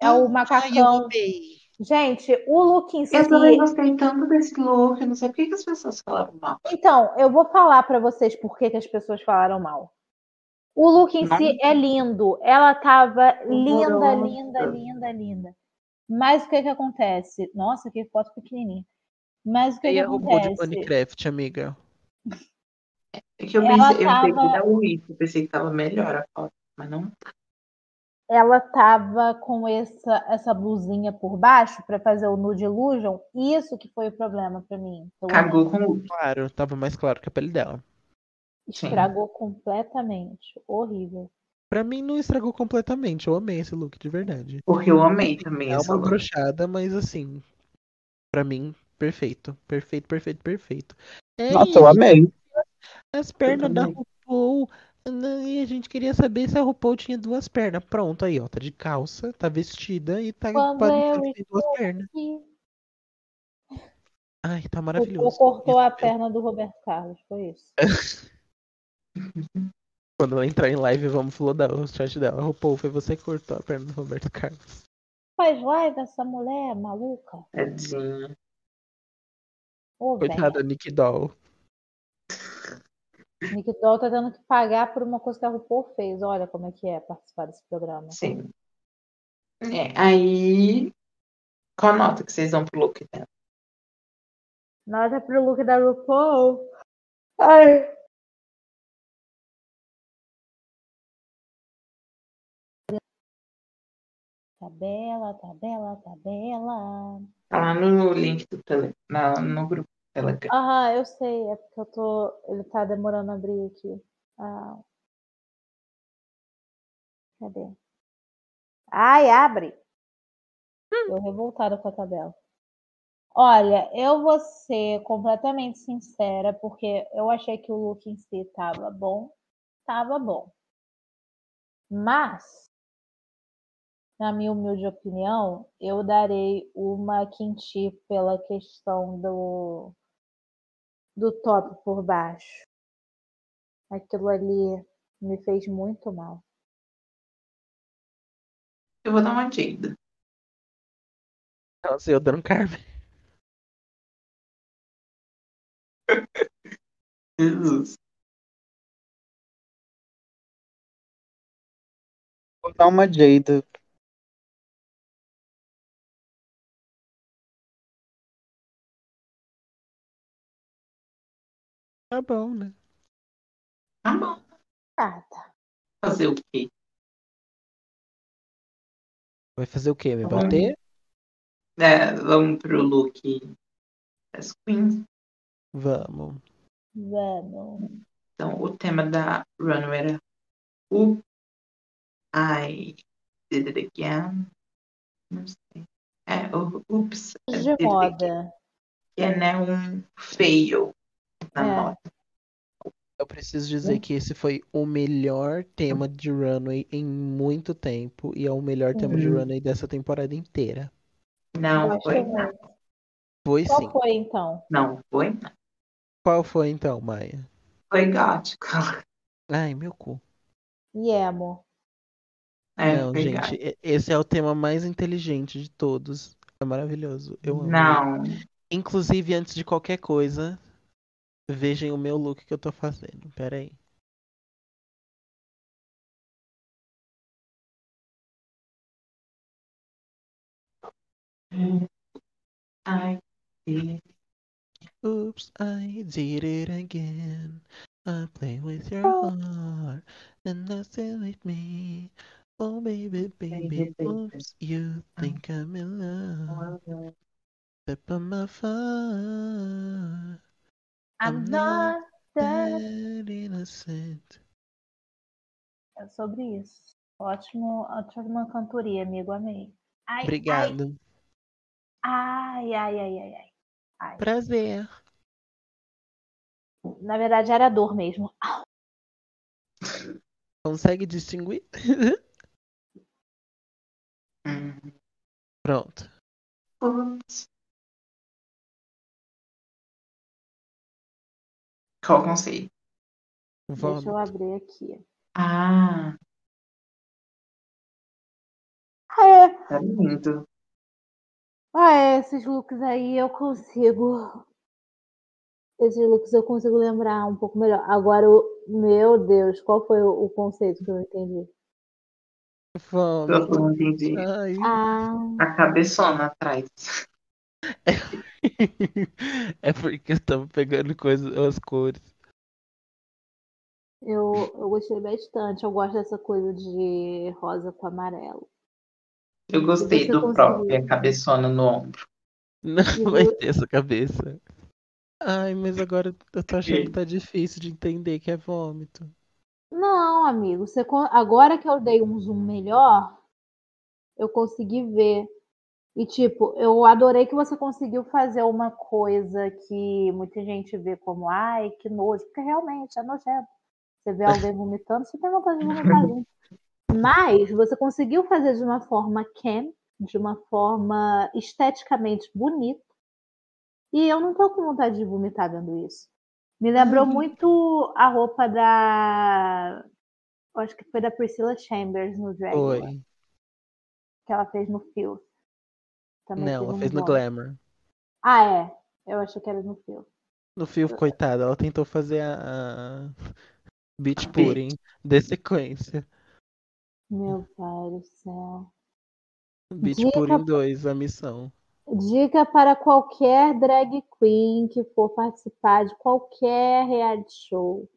A: É o
C: Ai, eu
A: macacão.
C: amei.
A: Gente, o look em si.
B: Eu também gostei tanto desse look, eu não sei por que que as pessoas falaram mal.
A: Então, eu vou falar pra vocês por que, que as pessoas falaram mal. O look em si é lindo. Ela tava linda,
B: Horrorosa.
A: linda, linda, linda. Mas o que que acontece? Nossa, que foto pequenininha. Mas o que
C: Aí
A: que
C: é robô de
A: acontece?
C: Minecraft, amiga.
B: É que eu
A: Ela
B: pensei, eu pensei
A: tava-
B: que era o Wick, eu pensei que tava melhor a foto, mas não.
A: Ela tava com essa, essa blusinha por baixo pra fazer o nude illusion. Isso que foi o problema pra mim. Então, pelo menos.
B: Cagou com o look.
C: Claro, tava mais claro que a pele dela.
A: Estragou completamente. Horrível.
C: Pra mim não estragou completamente. Eu amei esse look, de verdade.
B: Porque eu amei também
C: Dá
B: esse
C: É uma
B: look.
C: brochada, mas assim, pra mim, perfeito. Perfeito, perfeito, perfeito. É
D: Nossa, eu
C: isso.
D: amei.
C: as pernas da
B: também.
C: RuPaul. né, E a gente queria saber se a RuPaul tinha duas pernas. Pronto, aí, ó. Tá de calça, tá vestida e tá
A: Quando
C: parecendo
A: eu
C: que tem duas pernas.
A: E
C: Ai, tá
A: o Paul
C: maravilhoso.
A: cortou a
C: Isso, é
A: perna do Roberto Carlos. Foi isso.
C: Quando ela entrar em live, vamos flodar o chat dela. RuPaul, foi você que cortou a perna do Roberto Carlos.
A: Faz live essa mulher é maluca.
B: É Tadinha.
A: Ô, velho.
C: Coitada, Nick Doll.
A: Nick Doll tá tendo que pagar por uma coisa que a RuPaul fez. Olha como é que é participar desse programa.
B: Sim. É, aí. Qual nota que vocês dão pro né? look dela?
A: Nota pro look da RuPaul. Ai. Tá Tabela, tabela, tabela.
B: Tá lá no link do tele, na, no grupo do Telegram.
A: Aham, eu sei, é porque eu tô. Ele tá demorando a abrir aqui. Ah. Cadê? Ai, abre! Eu revoltada com a tabela. Olha, eu vou ser completamente sincera, porque eu achei que o look em si tava bom. Tava bom. Mas, na minha humilde opinião, eu darei uma quinti pela questão do do top por baixo. Aquilo ali me fez muito mal.
B: Eu vou dar uma dívida.
C: Nossa, eu dando Carmen.
B: Jesus.
E: Vou dar uma Jada.
C: Tá bom, né?
B: Tá bom.
A: Ah, tá.
B: Fazer o quê?
C: Vai fazer o quê? Vai
B: Tá bom.
C: bater?
B: É, vamos pro look das Queens.
C: Vamos.
A: Vamos.
B: Então, o tema da Runway era Who I Did It Again. Não sei. É, o Oops. I Did It
A: De moda.
B: Again é um fail na
A: É.
B: moda.
C: Eu preciso dizer que esse foi o melhor tema de runway em muito tempo e é o melhor tema de
B: Uhum.
C: runway dessa temporada inteira.
A: Eu
B: Não
A: acho
B: foi,
A: que é
B: não,
A: não.
C: Foi
A: Qual
C: sim.
A: foi então?
B: não foi, não.
C: Qual foi então, Maia?
B: Foi gótico.
C: Ai, meu cu.
A: Yemo.
B: É,
C: Não,
B: foi
C: gente,
B: gótico.
C: e- esse é o tema mais inteligente de todos. É maravilhoso. Eu amo.
B: Não,
C: Inclusive, antes de qualquer coisa, vejam o meu look que eu tô fazendo. Pera aí.
B: I did.
C: Oops, I did it again. I play with your
A: Oh.
C: heart and nothing with me. Oh, baby, baby,
B: Baby, baby.
C: oops, you think I'm in love. Step on my foot.
A: I'm not that.
C: That innocent.
A: É sobre isso. Ótimo, ótima cantoria, amigo. Amei. Ai,
C: Obrigado.
A: ai, ai, ai, ai, ai.
C: Prazer.
A: Na verdade, era dor mesmo.
C: Consegue distinguir?
B: Hum.
C: Pronto.
B: Oops. Qual conceito?
A: Deixa eu
C: Vamos.
A: abrir aqui.
B: Ah,
A: É,
B: tá lindo.
A: ah, é, esses looks aí eu consigo. Esses looks eu consigo lembrar um pouco melhor. Agora, o- meu Deus, qual foi o, o conceito que eu não entendi?
B: Eu
C: Vamos.
B: não entendi.
C: Ai.
A: Ah,
B: A cabeçona atrás.
C: É porque estamos pegando coisas, as cores.
A: eu, eu gostei bastante. Eu gosto dessa coisa de rosa com amarelo.
B: Eu gostei
A: Você
B: do
A: conseguiu.
B: próprio, a cabeçona no ombro.
C: Não
A: E
C: vai
A: vo-
C: ter essa cabeça. Ai, mas agora eu tô achando que tá difícil de entender que é vômito.
A: Não, amigo, você con- agora que eu dei um zoom melhor, eu consegui ver. E, tipo, eu adorei que você conseguiu fazer uma coisa que muita gente vê como, ai, que nojo, porque realmente é nojento. Você vê alguém vomitando, você tem vontade de vomitar junto. Mas você conseguiu fazer de uma forma can, de uma forma esteticamente bonita. E eu não tô com vontade de vomitar vendo isso. Me lembrou
B: Ai.
A: muito a roupa da. eu Acho que foi da Priscilla Chambers no Dragula,
C: Oi.
A: que ela fez no Phil. Também
C: Não, ela
A: um
C: fez no
A: bom.
C: Glamour.
A: Ah, é. Eu achei que era no Phil.
C: No fio, coitada, ela tentou fazer a, a beat pudding de sequência.
A: Meu pai do céu.
C: Beat
A: Dica-
C: pudding 2, a missão.
A: Dica para qualquer drag queen que for participar de qualquer reality show,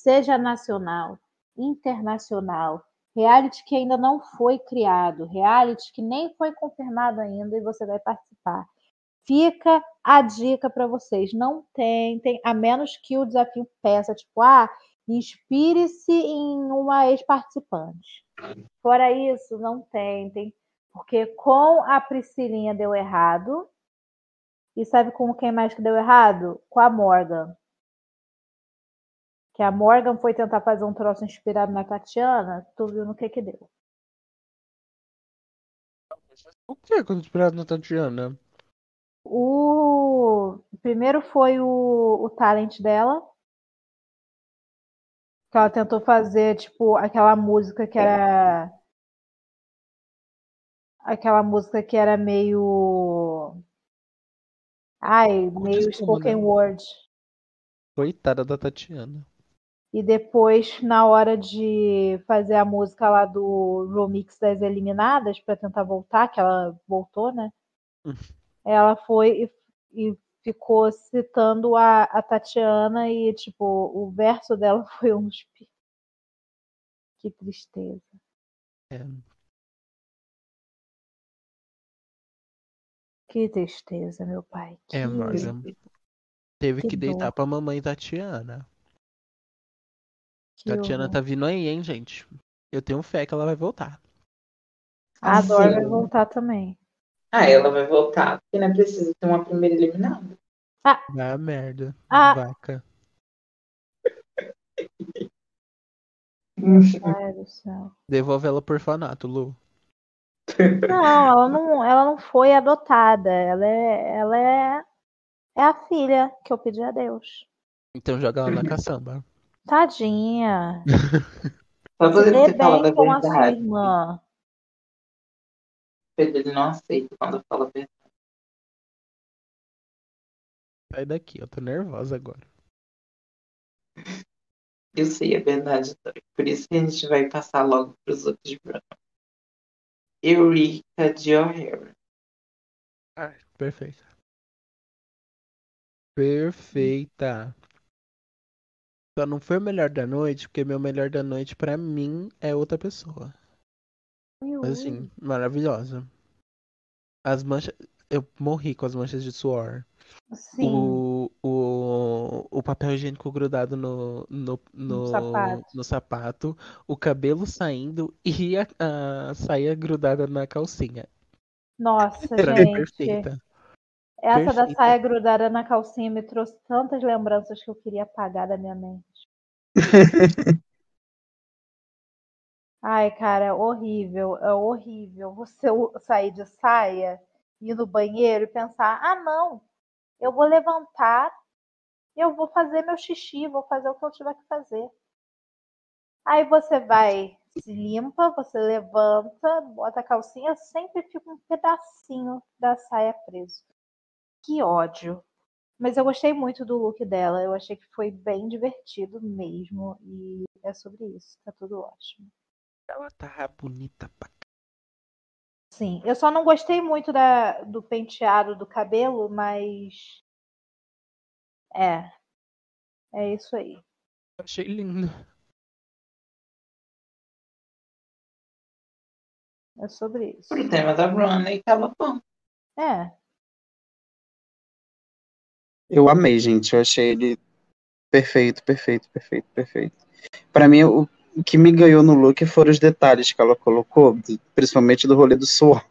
A: seja nacional, internacional, reality que ainda não foi criado, reality que nem foi confirmado ainda e você vai participar. Fica a dica para vocês, não tentem, a menos que o desafio peça, tipo, ah, inspire-se em uma ex-participante. Fora isso, não tentem. Porque com a Priscilinha deu errado. E sabe com quem mais que deu errado? Com a Morgan. Que a Morgan foi tentar fazer um troço inspirado na Tatiana, tu viu no que que deu.
C: O que é quando inspirado na Tatiana?
A: O primeiro foi o, o talent dela. Que ela tentou fazer, tipo, aquela música que era. Aquela música que era meio. Ai, meio
C: isso como, né?
A: spoken word.
C: Coitada da Tatiana.
A: E depois, na hora de fazer a música lá do remix das eliminadas, pra tentar voltar, que ela voltou, né?
C: Hum.
A: Ela foi e, e ficou citando a, a Tatiana e, tipo, o verso dela foi um espirro. Que tristeza.
C: É.
A: Que tristeza, meu pai.
C: É,
A: que-
C: Morgan. Teve
A: Que
C: que, deitar
A: dor.
C: pra mamãe Tatiana.
A: que
C: Tatiana
A: horror.
C: tá vindo aí, hein, gente? Eu tenho fé que ela vai voltar.
A: A Dora vai
B: Assim.
A: voltar também.
B: Ah, ela vai voltar, porque não é preciso ter uma primeira eliminada.
C: Vai a merda.
A: Ah.
C: Vaca.
A: Ai, do céu.
C: Devolve ela pro orfanato, Lu.
A: Não, ela não, ela não foi adotada. Ela é, ela é, é a filha que eu pedi a Deus.
C: Então joga ela na caçamba.
A: Tadinha.
B: Só
A: Se
B: você
A: dê
B: ter falado a
A: bem assim. com a sua
B: verdade.
A: irmã.
B: Pedro ele não aceita quando eu falo a verdade.
C: Sai daqui, eu tô nervosa agora.
B: Eu sei a verdade, Dori. Por isso que a gente vai passar logo pros outros programas. Eureka de O'Hara.
C: Perfeita. Perfeita. Só não foi o melhor da noite, porque meu melhor da noite pra mim é outra pessoa. Mas assim, maravilhosa. As manchas. Eu morri com as manchas de suor.
A: Sim,
C: O, o, o papel higiênico grudado no, no, no,
A: sapato.
C: no sapato, o cabelo saindo e a, a saia grudada na calcinha.
A: nossa,
C: Era
A: gente.
C: perfeita.
A: Essa da
C: perfeita.
A: saia grudada na calcinha me trouxe tantas lembranças que eu queria apagar da minha mente. Ai, cara, é horrível, é horrível você u- sair de saia, ir no banheiro e pensar: ah, não, eu vou levantar, eu vou fazer meu xixi, vou fazer o que eu tiver que fazer. Aí você vai, se limpa, você levanta, bota a calcinha, sempre fica um pedacinho da saia preso. Que ódio. Mas eu gostei muito do look dela, eu achei que foi bem divertido mesmo, e é sobre isso, tá tudo ótimo.
C: Ela tá bonita pra
A: Sim, eu só não gostei muito da, do penteado do cabelo, mas. É. É isso aí.
C: Eu Achei lindo.
A: É sobre isso.
B: O tema da Runway tava bom.
A: É.
D: Eu amei, gente. Eu achei ele perfeito, perfeito, perfeito, perfeito. Pra mim, o o que me ganhou no look foram os detalhes que ela colocou, do- principalmente do rolê do suor.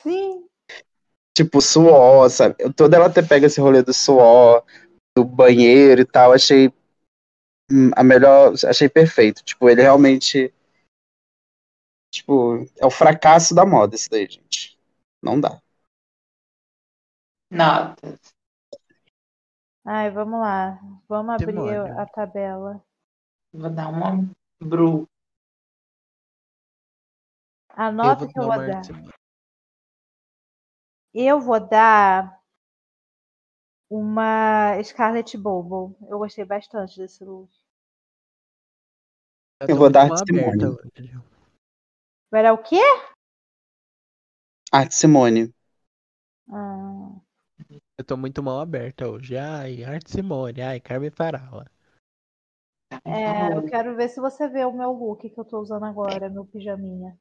A: Sim.
D: Tipo, suor, sabe? Eu- Toda ela até pega esse rolê do suor, do banheiro e tal. Achei hum, a melhor. Achei perfeito. Tipo, ele realmente. Tipo, é o fracasso da moda, isso daí, gente. Não dá.
B: Notas.
A: Ai, vamos lá. Vamos abrir
C: Demônio.
A: a tabela.
B: Vou dar uma bru.
A: A
C: Eu
A: nota
C: vou
A: que eu
C: dar
A: vou
C: uma
A: dar.
C: artesã.
A: Eu vou dar uma Scarlet Bobo. Eu gostei bastante desse look.
C: tô
E: vou
C: muito
E: dar
C: mão
E: Simone.
C: aberta, Lorde.
A: Mas é o quê?
E: Arte Simone.
A: Ah,
C: Eu tô muito mal aberta hoje. Ai, Arte Simone. Ai, Carmen Farala.
A: é,
B: então
A: eu quero ver se você vê o meu look que eu tô usando agora, meu pijaminha.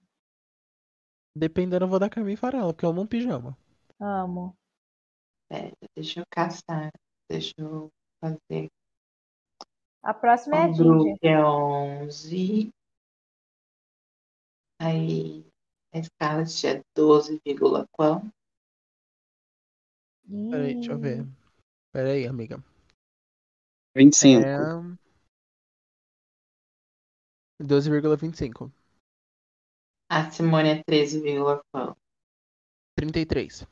C: Dependendo, eu vou dar Carmen Farala, porque eu amo um pijama.
A: Amo.
B: Deixa eu caçar. Deixa eu fazer.
A: A próxima é a
B: O
A: Ginger.
B: grupo é 11. Aí a escala é 12, vírgula qual?
C: Peraí, deixa eu ver. Peraí, amiga.
E: 25.
C: É... 12,25.
B: A Simone é 13, vírgula qual?
C: 33.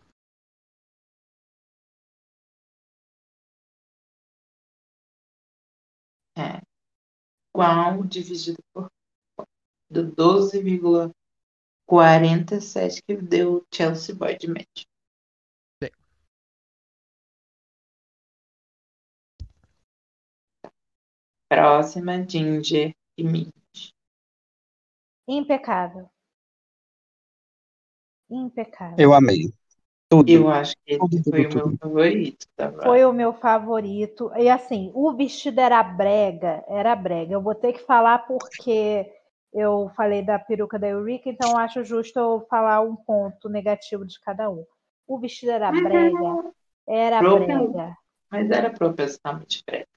B: Qual dividido por qual? do 12,47 que deu o Chelsea Boy de média. Próxima, Ginger e mim.
A: Impecável. Impecável.
E: Eu amei. Tudo.
B: Eu acho que esse
E: Tudo,
B: foi o
E: tudo,
B: meu favorito. Tá?
A: Foi o meu favorito. E assim, o vestido era brega, era brega. Eu vou ter que falar porque eu falei da peruca da Eurica, então acho justo eu falar um ponto negativo de cada um. O vestido era brega, era
B: Broken.
A: brega.
B: Mas era propositalmente breve.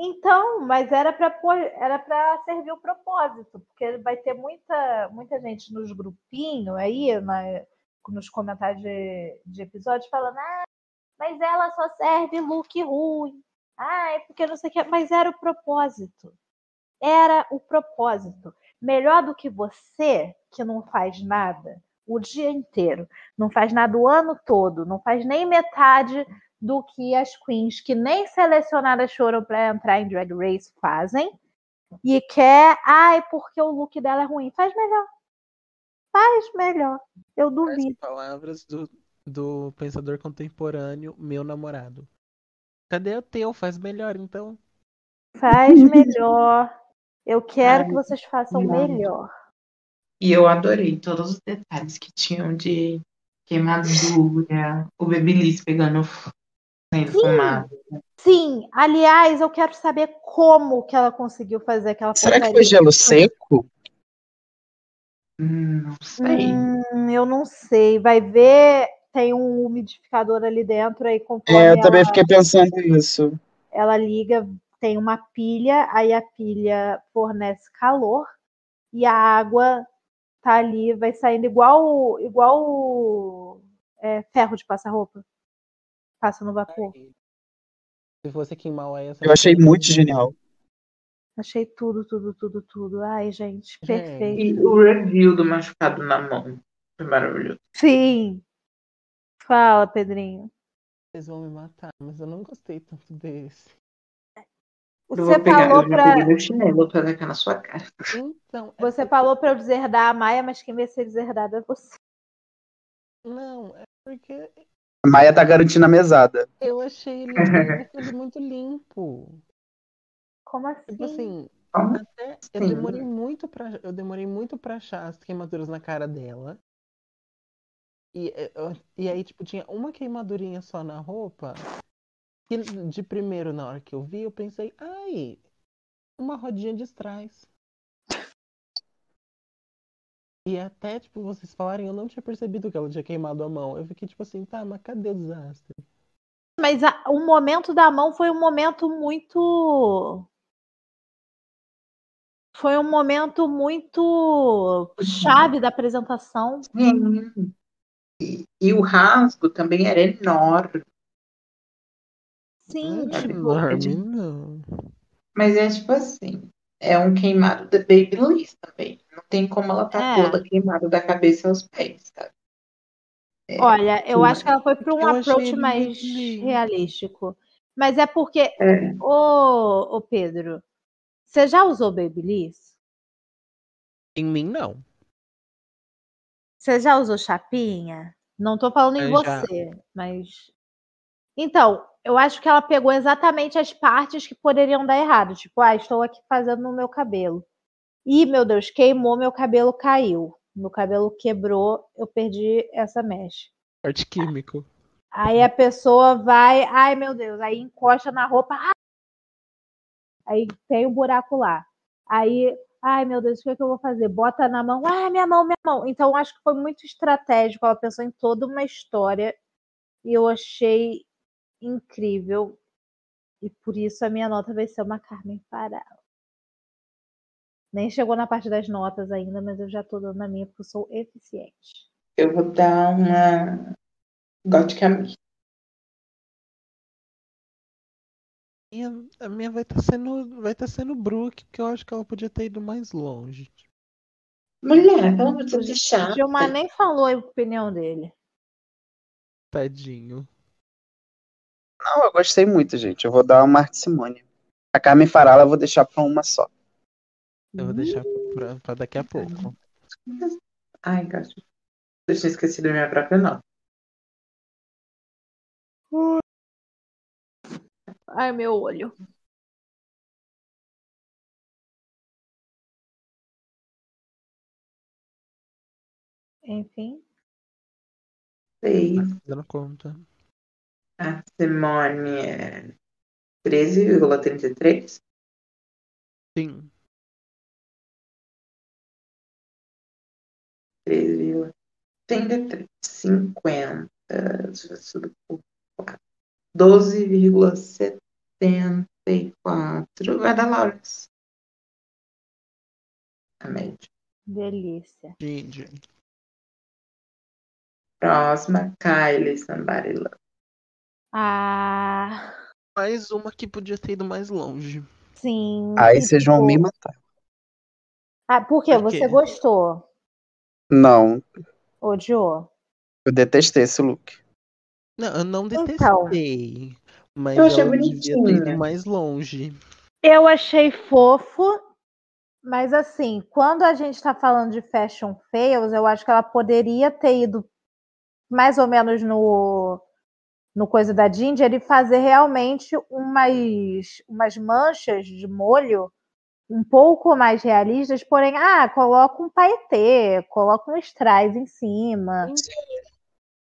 A: Então, mas era para era para servir o propósito, porque vai ter muita muita gente nos grupinhos aí, né, na- nos comentários de, de episódio falando, ah, mas ela só serve look ruim. Ah, é porque não sei o que, mas era o propósito. Era o propósito. Melhor do que você que não faz nada o dia inteiro, não faz nada o ano todo, não faz nem metade do que as queens que nem selecionadas foram para entrar em Drag Race fazem e quer, ai, porque o look dela é ruim. Faz melhor. Faz melhor. Eu duvido.
C: As palavras do, do pensador contemporâneo, meu namorado. Cadê o teu? Faz melhor, então.
A: Faz melhor. Eu quero
B: Ai,
A: que vocês façam
B: não.
A: melhor.
B: E eu adorei todos os detalhes que tinham de queimadura, o Babyliss pegando f- sendo fumado.
A: Sim, aliás, eu quero saber como que ela conseguiu fazer aquela
E: Será que
A: porcaria.
E: foi gelo seco?
B: Hum, Não sei.
A: Hum, eu não sei. Vai ver, tem um umidificador ali dentro, aí conforme
E: É, eu
A: ela-
E: também fiquei pensando nisso.
A: ela liga, tem uma pilha, aí a pilha fornece calor e a água tá ali, vai saindo igual igual é, ferro de passar roupa, passa no vapor.
C: Se fosse queimar o Aya, você
E: Eu
C: não
E: achei
C: teria
E: muito
C: feito.
E: genial.
A: Achei tudo, tudo, tudo, tudo. Ai, gente,
C: Gente.
A: perfeito.
B: E o review do machucado na mão. Foi maravilhoso.
A: Sim. Fala, Pedrinho.
C: Vocês vão me matar, mas eu não gostei tanto desse.
B: Eu
A: Você
B: vou pegar,
A: falou
B: eu já peguei
A: para
B: meu chinelo, vou tacar na sua cara.
C: Então, é
A: você
C: porque-
A: falou para eu deserdar a Maia, mas quem vai ser deserdado é você.
C: Não, é porque
E: A Maia tá garantindo a mesada.
C: eu achei ele, eu achei ele muito limpo.
A: Como
C: Tipo
A: assim?
C: assim,
B: Como
C: até eu
B: assim?
C: demorei muito pra, eu demorei muito pra achar as queimaduras na cara dela. E, eh, eu- e aí, tipo, tinha uma queimadurinha só na roupa. Que de primeiro, na hora que eu vi, eu pensei, ai, uma rodinha de trás. E até, tipo, vocês falarem, eu não tinha percebido que ela tinha queimado a mão. Eu fiquei tipo assim, tá, mas cadê o desastre?
A: Mas a- o momento da mão foi um momento muito. Foi um momento muito chave da apresentação.
B: Sim. Hum. E, e o rasgo também era enorme.
A: Sim,
C: Hum,
A: tipo,
C: Norme, não.
B: Mas é tipo assim, é um queimado da Babyliss também. Não tem como ela tá
A: É.
B: toda queimada da cabeça aos pés, sabe? É,
A: Tipo, olha, eu acho que ela foi para um
C: Eu achei
A: approach
C: ele
A: mais
C: muito lindo.
A: realístico. Mas é porque,
B: é,
A: ô, ô Pedro, você já usou Babyliss?
C: Em mim, não.
A: Você já usou chapinha? Não tô falando em
C: Eu já.
A: você, mas. Então, Eu acho que ela pegou exatamente as partes que poderiam dar errado. Tipo, ah, estou aqui fazendo no meu cabelo. Ih, meu Deus, queimou, meu cabelo caiu. Meu cabelo quebrou, eu perdi essa mecha.
C: Arte químico.
A: Aí a pessoa vai, ai meu Deus, aí encosta na roupa, ah! aí tem um buraco lá. Aí, ai meu Deus, o que, é que eu vou fazer? Bota na mão, ai minha mão, minha mão. Então acho que foi muito estratégico, ela pensou em toda uma história e eu achei incrível. E por isso a minha nota vai ser uma Carmen Farah. Nem chegou na parte das notas ainda, mas eu já tô dando a minha porque eu sou eficiente.
B: Eu vou dar uma Gótica Mix.
C: Minha- a minha vai estar sendo, vai tá sendo Brooke, porque eu acho que ela podia ter ido mais longe.
B: Mulher, pelo amor de Deus, é chata.
A: Gilmar nem falou a opinião dele.
C: Tadinho.
D: Não, eu gostei muito, gente. Eu vou dar uma Arte Simone. A Carmen Farala eu vou deixar pra uma só.
C: Eu vou deixar pra, pra
D: Uhum.
C: daqui a pouco.
B: Ai, gosto. Eu tinha esquecido minha própria nota.
A: Ai, meu olho. Enfim,
B: Sei.
C: Dando conta.
B: A Simone é 13,33.
C: Sim.
B: 13,33. 50. deixa eu ver se eu dou por quatro. 12,74. Vai dar Lawrence. A média.
A: delícia.
C: Ginger.
B: Próxima, Kylie Somebody Love.
A: Ah,
C: Mais uma que podia ter ido mais longe.
A: sim.
D: Aí
A: e
D: vocês vão
A: ficou-
D: me matar.
A: Ah, por quê?
C: Por quê?
A: Você gostou?
D: Não,
A: Odiou?
D: eu detestei esse look.
C: Não, eu não
A: Então.
C: detestei. Mas
B: Eu achei
C: ela devia ter
B: bonitinha.
C: ido mais longe.
A: Eu achei fofo, mas assim, quando a gente tá falando de fashion fails, eu acho que ela poderia ter ido mais ou menos no no coisa da Ginger e fazer realmente umas umas manchas de molho um pouco mais realistas, porém, ah, coloca um paetê, coloca um strass em cima,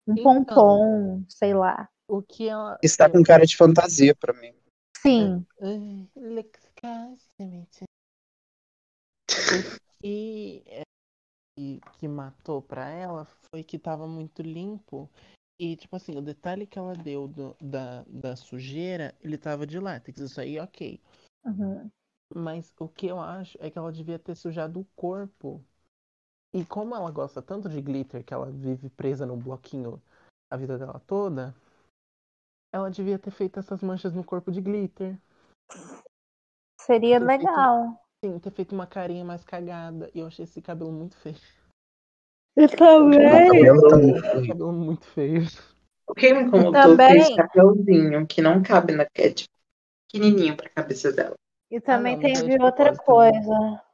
A: um
C: Então.
A: pompom, sei lá.
C: O que ela.
D: Isso tá com cara de fantasia pra mim.
A: Sim,
C: Ai, Lex Casamento. O que, é, que- que matou pra ela foi que tava muito limpo. E, tipo assim, o detalhe que ela deu do- da, da sujeira, ele tava de látex. Isso aí, ok.
A: uhum.
C: Mas o que eu acho é que ela devia ter sujado o corpo. E como ela gosta tanto de glitter, que ela vive presa no bloquinho a vida dela toda, ela devia ter feito essas manchas no corpo de glitter.
A: seria
C: Eu fico-
A: legal.
C: Sim, ter feito uma carinha mais cagada. E eu achei esse cabelo muito feio.
A: Eu
D: O
A: também.
D: cabelo tá muito
C: Esse
D: ruim.
C: cabelo muito feio.
B: O que me incomodou
A: Também.
B: foi esse chapéuzinho que não cabe na é tipo, pequenininho pra cabeça dela.
A: E também
C: não, mas aí é
A: teve
C: de
A: outra
C: propósito, né?
A: coisa.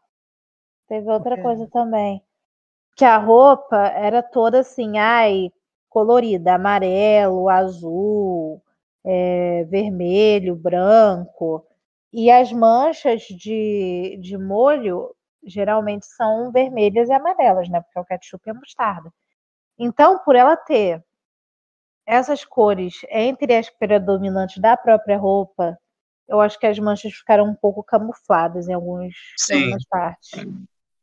A: Teve outra
C: quê?
A: coisa também. Que a roupa era toda assim, ai, colorida, amarelo, azul, eh, vermelho, branco. E as manchas de, de molho geralmente são vermelhas e amarelas, né? Porque é o ketchup e a mostarda. Então, por ela ter essas cores entre as predominantes da própria roupa, eu acho que as manchas ficaram um pouco camufladas em alguns, em
D: Sim.
A: algumas partes.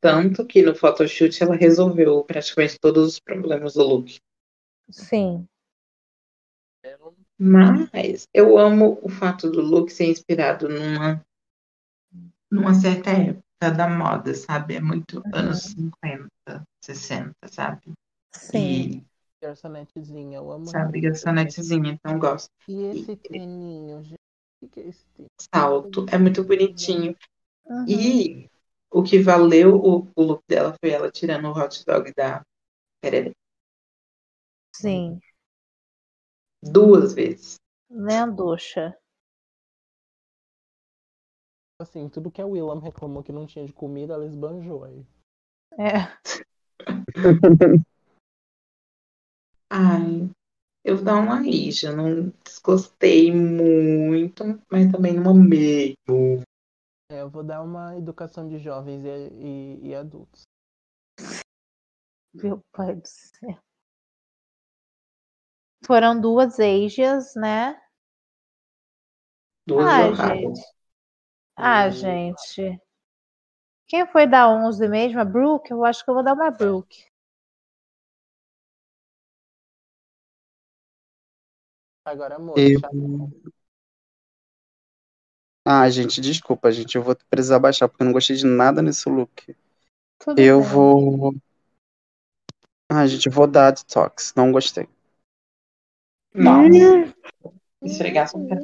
B: Tanto que no photoshoot ela resolveu praticamente todos os problemas do look.
A: Sim.
B: Mas eu amo o fato do look ser inspirado numa, numa certa época da moda, sabe? É muito
A: Uhum.
B: anos 50, 60, sabe?
A: Sim.
B: E
C: Garçonetezinha, eu amo
B: sabe,
C: aquele
B: garçonetezinha, então eu gosto.
C: garçonete. E esse teninho, gente? O que que é esse teninho?
B: Salto, é muito bonitinho.
A: Uhum.
B: E o que valeu o, o look dela foi ela tirando o hot dog da Pereira
A: Sim.
B: duas vezes.
A: Né, Ducha?
C: Assim, tudo que a Willam reclamou que não tinha de comida, ela esbanjou aí.
A: É.
B: Ai, Eu dou uma lija, não desgostei muito, mas também não amei.
C: É, eu vou dar uma educação de jovens e, e- e adultos.
A: Meu pai do céu. Foram duas Asias, né?
B: Duas Uhum.
A: ah,
B: jornadas.
A: gente. Ah, gente. Quem foi da 11 mesmo? A Brooke? Eu acho que eu vou dar uma Brooke.
C: Agora, amor,
D: Eu-
C: já-
D: Ah, gente, desculpa, gente. Eu vou precisar baixar, porque eu não gostei de nada nesse look.
A: Tudo
D: Eu
A: bem.
D: vou. Ah, gente, eu vou dar detox. Não gostei.
B: Nossa. Esfregar um sua cara.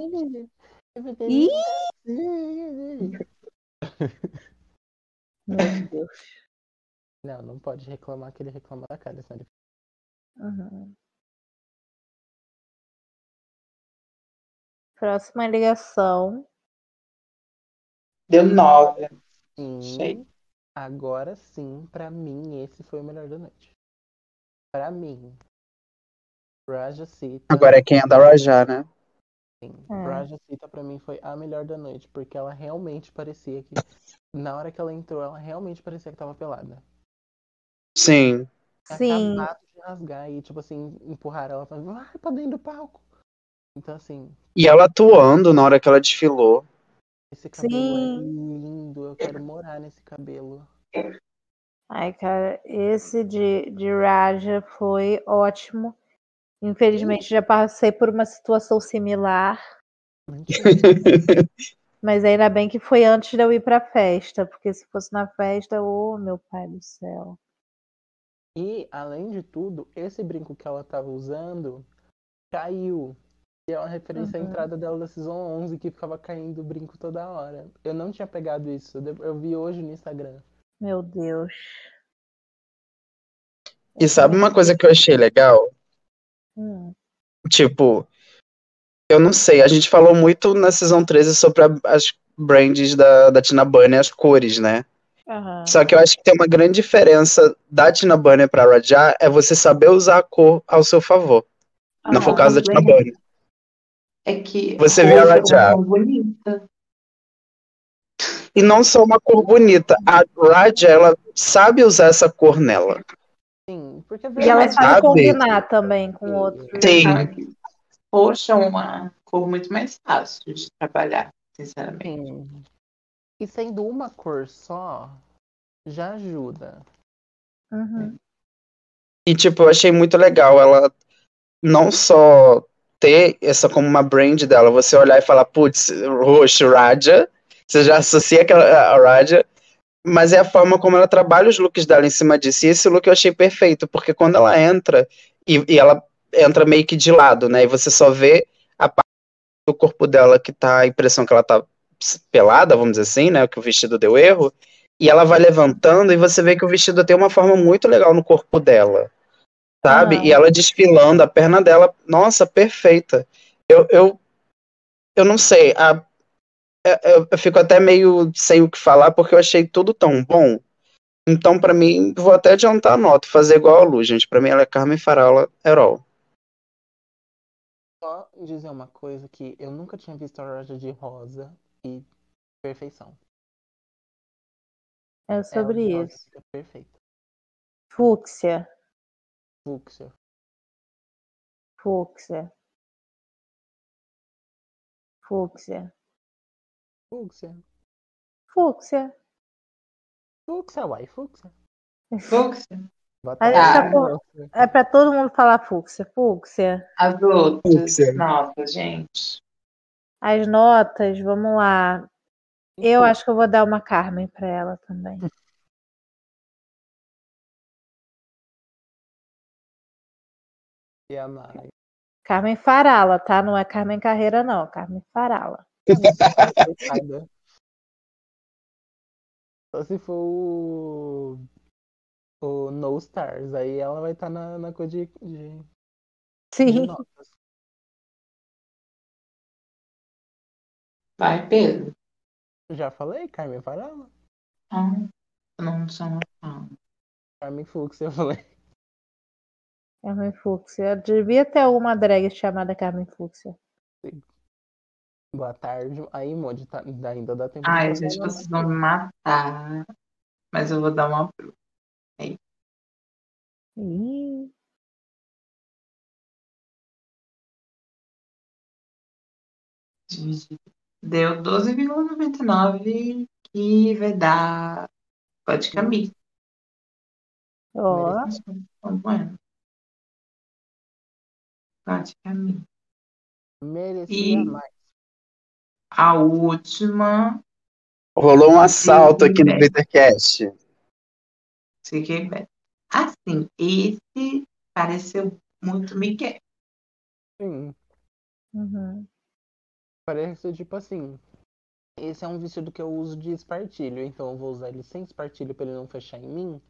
A: Ih!
C: Não, não pode reclamar que ele reclama da cara, senão ele
A: Uhum. Próxima ligação.
B: Deu nove.
C: Sim.
B: Sei.
C: Agora sim, pra mim, esse foi o melhor da noite. Pra mim. Raja Sita.
D: Agora é quem é da Rajá, né?
C: sim.
A: É.
C: Raja Sita pra mim foi a melhor da noite, porque ela realmente parecia que. Na hora que ela entrou, ela realmente parecia que tava pelada.
D: Sim.
C: Tinha
A: Sim.
C: Acabado de rasgar e, tipo assim, empurraram ela pra, vai pra dentro do palco. Então, assim,
D: E ela atuando na hora que ela desfilou.
C: esse cabelo é
A: Sim.
C: lindo. Eu quero morar nesse cabelo.
A: Ai, cara, esse de, de Raja foi ótimo. Infelizmente, já passei por uma situação similar.
C: Mentira.
A: Mas ainda bem que foi antes de eu ir pra festa, porque se fosse na festa, ô meu pai do céu.
C: E, além de tudo, esse brinco que ela tava usando caiu. E é uma referência à
A: Uhum.
C: entrada dela da Season 11, que ficava caindo o brinco toda hora. Eu não tinha pegado isso. eu de- Eu vi hoje no Instagram.
A: Meu Deus.
D: E sabe uma coisa que eu achei legal?
A: Hum,
D: Tipo, eu não sei, a gente falou muito na Season 13 sobre a- as brands da, da Tina Burner, as cores, né?
A: aham.
D: Só que eu acho que tem uma grande diferença da Tina Burner pra Rajá é você saber usar a cor ao seu favor. Não foi o
A: Aham.
D: caso da Tina
B: Também.
D: Burner.
B: É que
D: Você vê ela
B: roxo é
D: já.
B: uma cor bonita.
D: E não só uma cor bonita, a Raja, ela sabe usar essa cor nela.
C: Sim, porque é
A: E ela
D: Mas
A: sabe
D: sabe-
A: combinar também com outros.
D: Sim.
B: Ela que- Roxo é uma cor muito mais fácil de trabalhar, sinceramente.
C: Sim. E assim, sendo uma cor só, já ajuda.
A: Uhum.
D: E, tipo, eu achei muito legal ela não só ter essa como uma brand dela, você olhar e falar, putz, roxo, Raja, você já associa aquela, a Raja, mas é a forma como ela trabalha os looks dela em cima disso. E esse look eu achei perfeito, porque quando ela entra, e, e ela entra meio que de lado, né? E você só vê a parte do corpo dela que tá, a impressão que ela tá pelada, vamos dizer assim, né? Que o vestido deu erro. E ela vai levantando e você vê que o vestido tem uma forma muito legal no corpo dela sabe?
A: Aham.
D: E ela desfilando, a perna dela, nossa, perfeita. Eu, eu, eu não sei, a- eu- eu, eu fico até meio sem o que falar, porque eu achei tudo tão bom. Então, pra mim, vou até adiantar a nota, fazer igual a Lu, gente. Pra mim, ela é Carmen Farala Herol.
C: Só dizer uma coisa que eu nunca tinha visto a loja de rosa e perfeição.
A: É
C: Ela de
A: sobre
C: rosa
A: isso.
C: fica perfeita.
A: Fúcsia.
C: Fúcsia.
A: Fúcsia. Fúcsia.
C: Fúcsia.
A: Fúcsia.
C: Fúcsia, uai, fúcsia.
B: Fox,
C: Bota
A: A
B: gente
C: lá, né,
B: tá
A: com-
C: moça.
A: É pra todo mundo falar fúcsia. Fúcsia.
B: as outras
D: Fúcsia.
B: notas, gente.
A: As notas, vamos lá. Eu acho que eu vou dar uma Carmen pra ela também.
C: E a Mari?
A: Carmen Farala, tá? Não é Carmen Carreira, não. Carmen Farala.
C: é Coitada. Só se for o. O No Stars. Aí ela vai estar na, na cor de, de, de
A: Sim.
C: notas.
B: Vai, Pedro.
C: Já falei, Carmen Farala.
B: Ah, eu não sou uma fã.
C: Carmen Fux, eu falei.
A: Carmen Fúcsia. Devia ter uma drag chamada Carmen Fúcsia.
C: Boa tarde. Aí, Moody, tá, ainda dá tempo
B: Ai,
C: de né?
B: gente,
C: trabalhar.
B: vocês vão me matar. Mas eu vou dar uma.
A: Ih,
B: dividida. Deu 12,99 que vai dar. Pode caminhar.
A: ó,
B: Pode caminhar.
C: Merecia
B: E-
C: mais.
B: A última,
D: Rolou um assalto aqui no
B: Bem.
D: Bittercast.
B: fiquei bem. Assim, esse pareceu muito Miguel.
C: Sim.
A: uhum.
C: Parece tipo assim. Esse é um vestido que eu uso de espartilho, então eu vou usar ele sem espartilho pra ele não fechar em mim.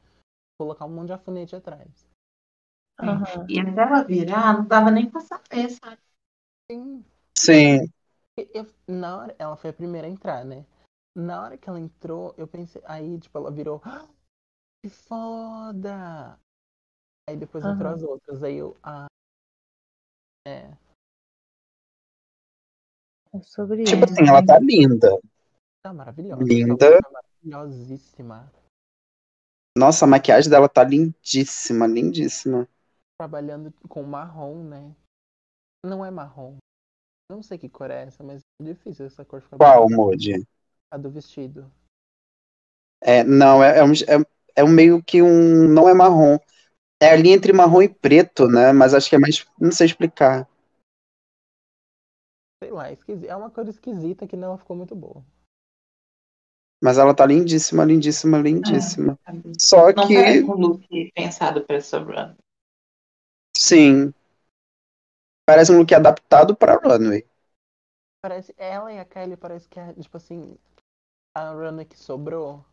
C: Colocar um monte de alfinete atrás.
A: aham.
B: E até ela virar, não dava nem pra saber, sabe?
C: Sim.
D: Sim.
C: E eu- na hora, ela foi a primeira a entrar, né? Na hora que ela entrou, eu pensei. Aí, tipo, ela virou. "Ah, Que foda! Aí depois entrou
A: Aham.
C: as outras. Aí eu. Ah. É.
A: É sobre
D: Tipo
A: isso.
D: assim, ela tá linda.
C: Tá maravilhosa.
D: Linda.
C: Essa mulher é Maravilhosíssima.
D: Nossa, a maquiagem dela tá lindíssima, lindíssima.
C: Trabalhando com marrom, né? Não é marrom. Não sei que cor é essa, mas é difícil essa cor ficar
D: Qual,
C: bonita.
D: Moody?
C: A do vestido.
D: É, não, é, é um, é, é um meio que um. Não é marrom. É ali entre marrom e preto, né? Mas acho que é mais. Não sei explicar.
C: Sei lá, é esquisi- é uma cor esquisita que não ficou muito boa.
D: Mas ela tá lindíssima, lindíssima,
A: É.
D: lindíssima.
B: sabe?
D: Só
B: Não
D: que,
B: parece um look pensado pra essa run.
D: sim. Parece um look adaptado pra runway.
C: Parece, ela e a Kylie parece que é, tipo assim, a runner que sobrou.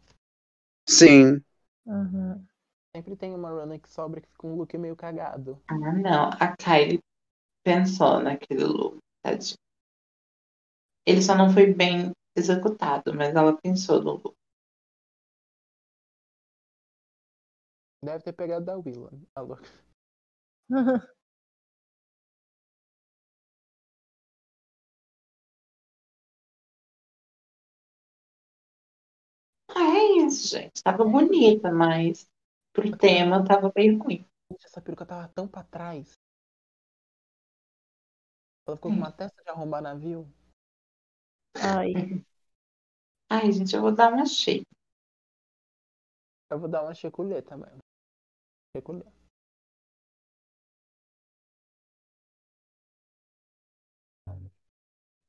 D: Sim.
A: Uhum.
C: Sempre tem uma runner que sobra que fica um look meio cagado.
B: Ah, não. A Kylie pensou naquele look, tadinho. Ele só não foi bem executado, mas ela pensou no look.
C: Deve ter pegado da Willa, a look.
B: Ah, é isso, gente. Tava bonita, mas pro tema tava bem ruim.
C: Gente, essa peruca tava tão pra trás. Ela ficou com uma testa de arrombar navio.
A: Ai,
B: Ai, gente, eu vou dar uma cheia.
C: Eu vou dar uma checuleta mesmo. Checuleta.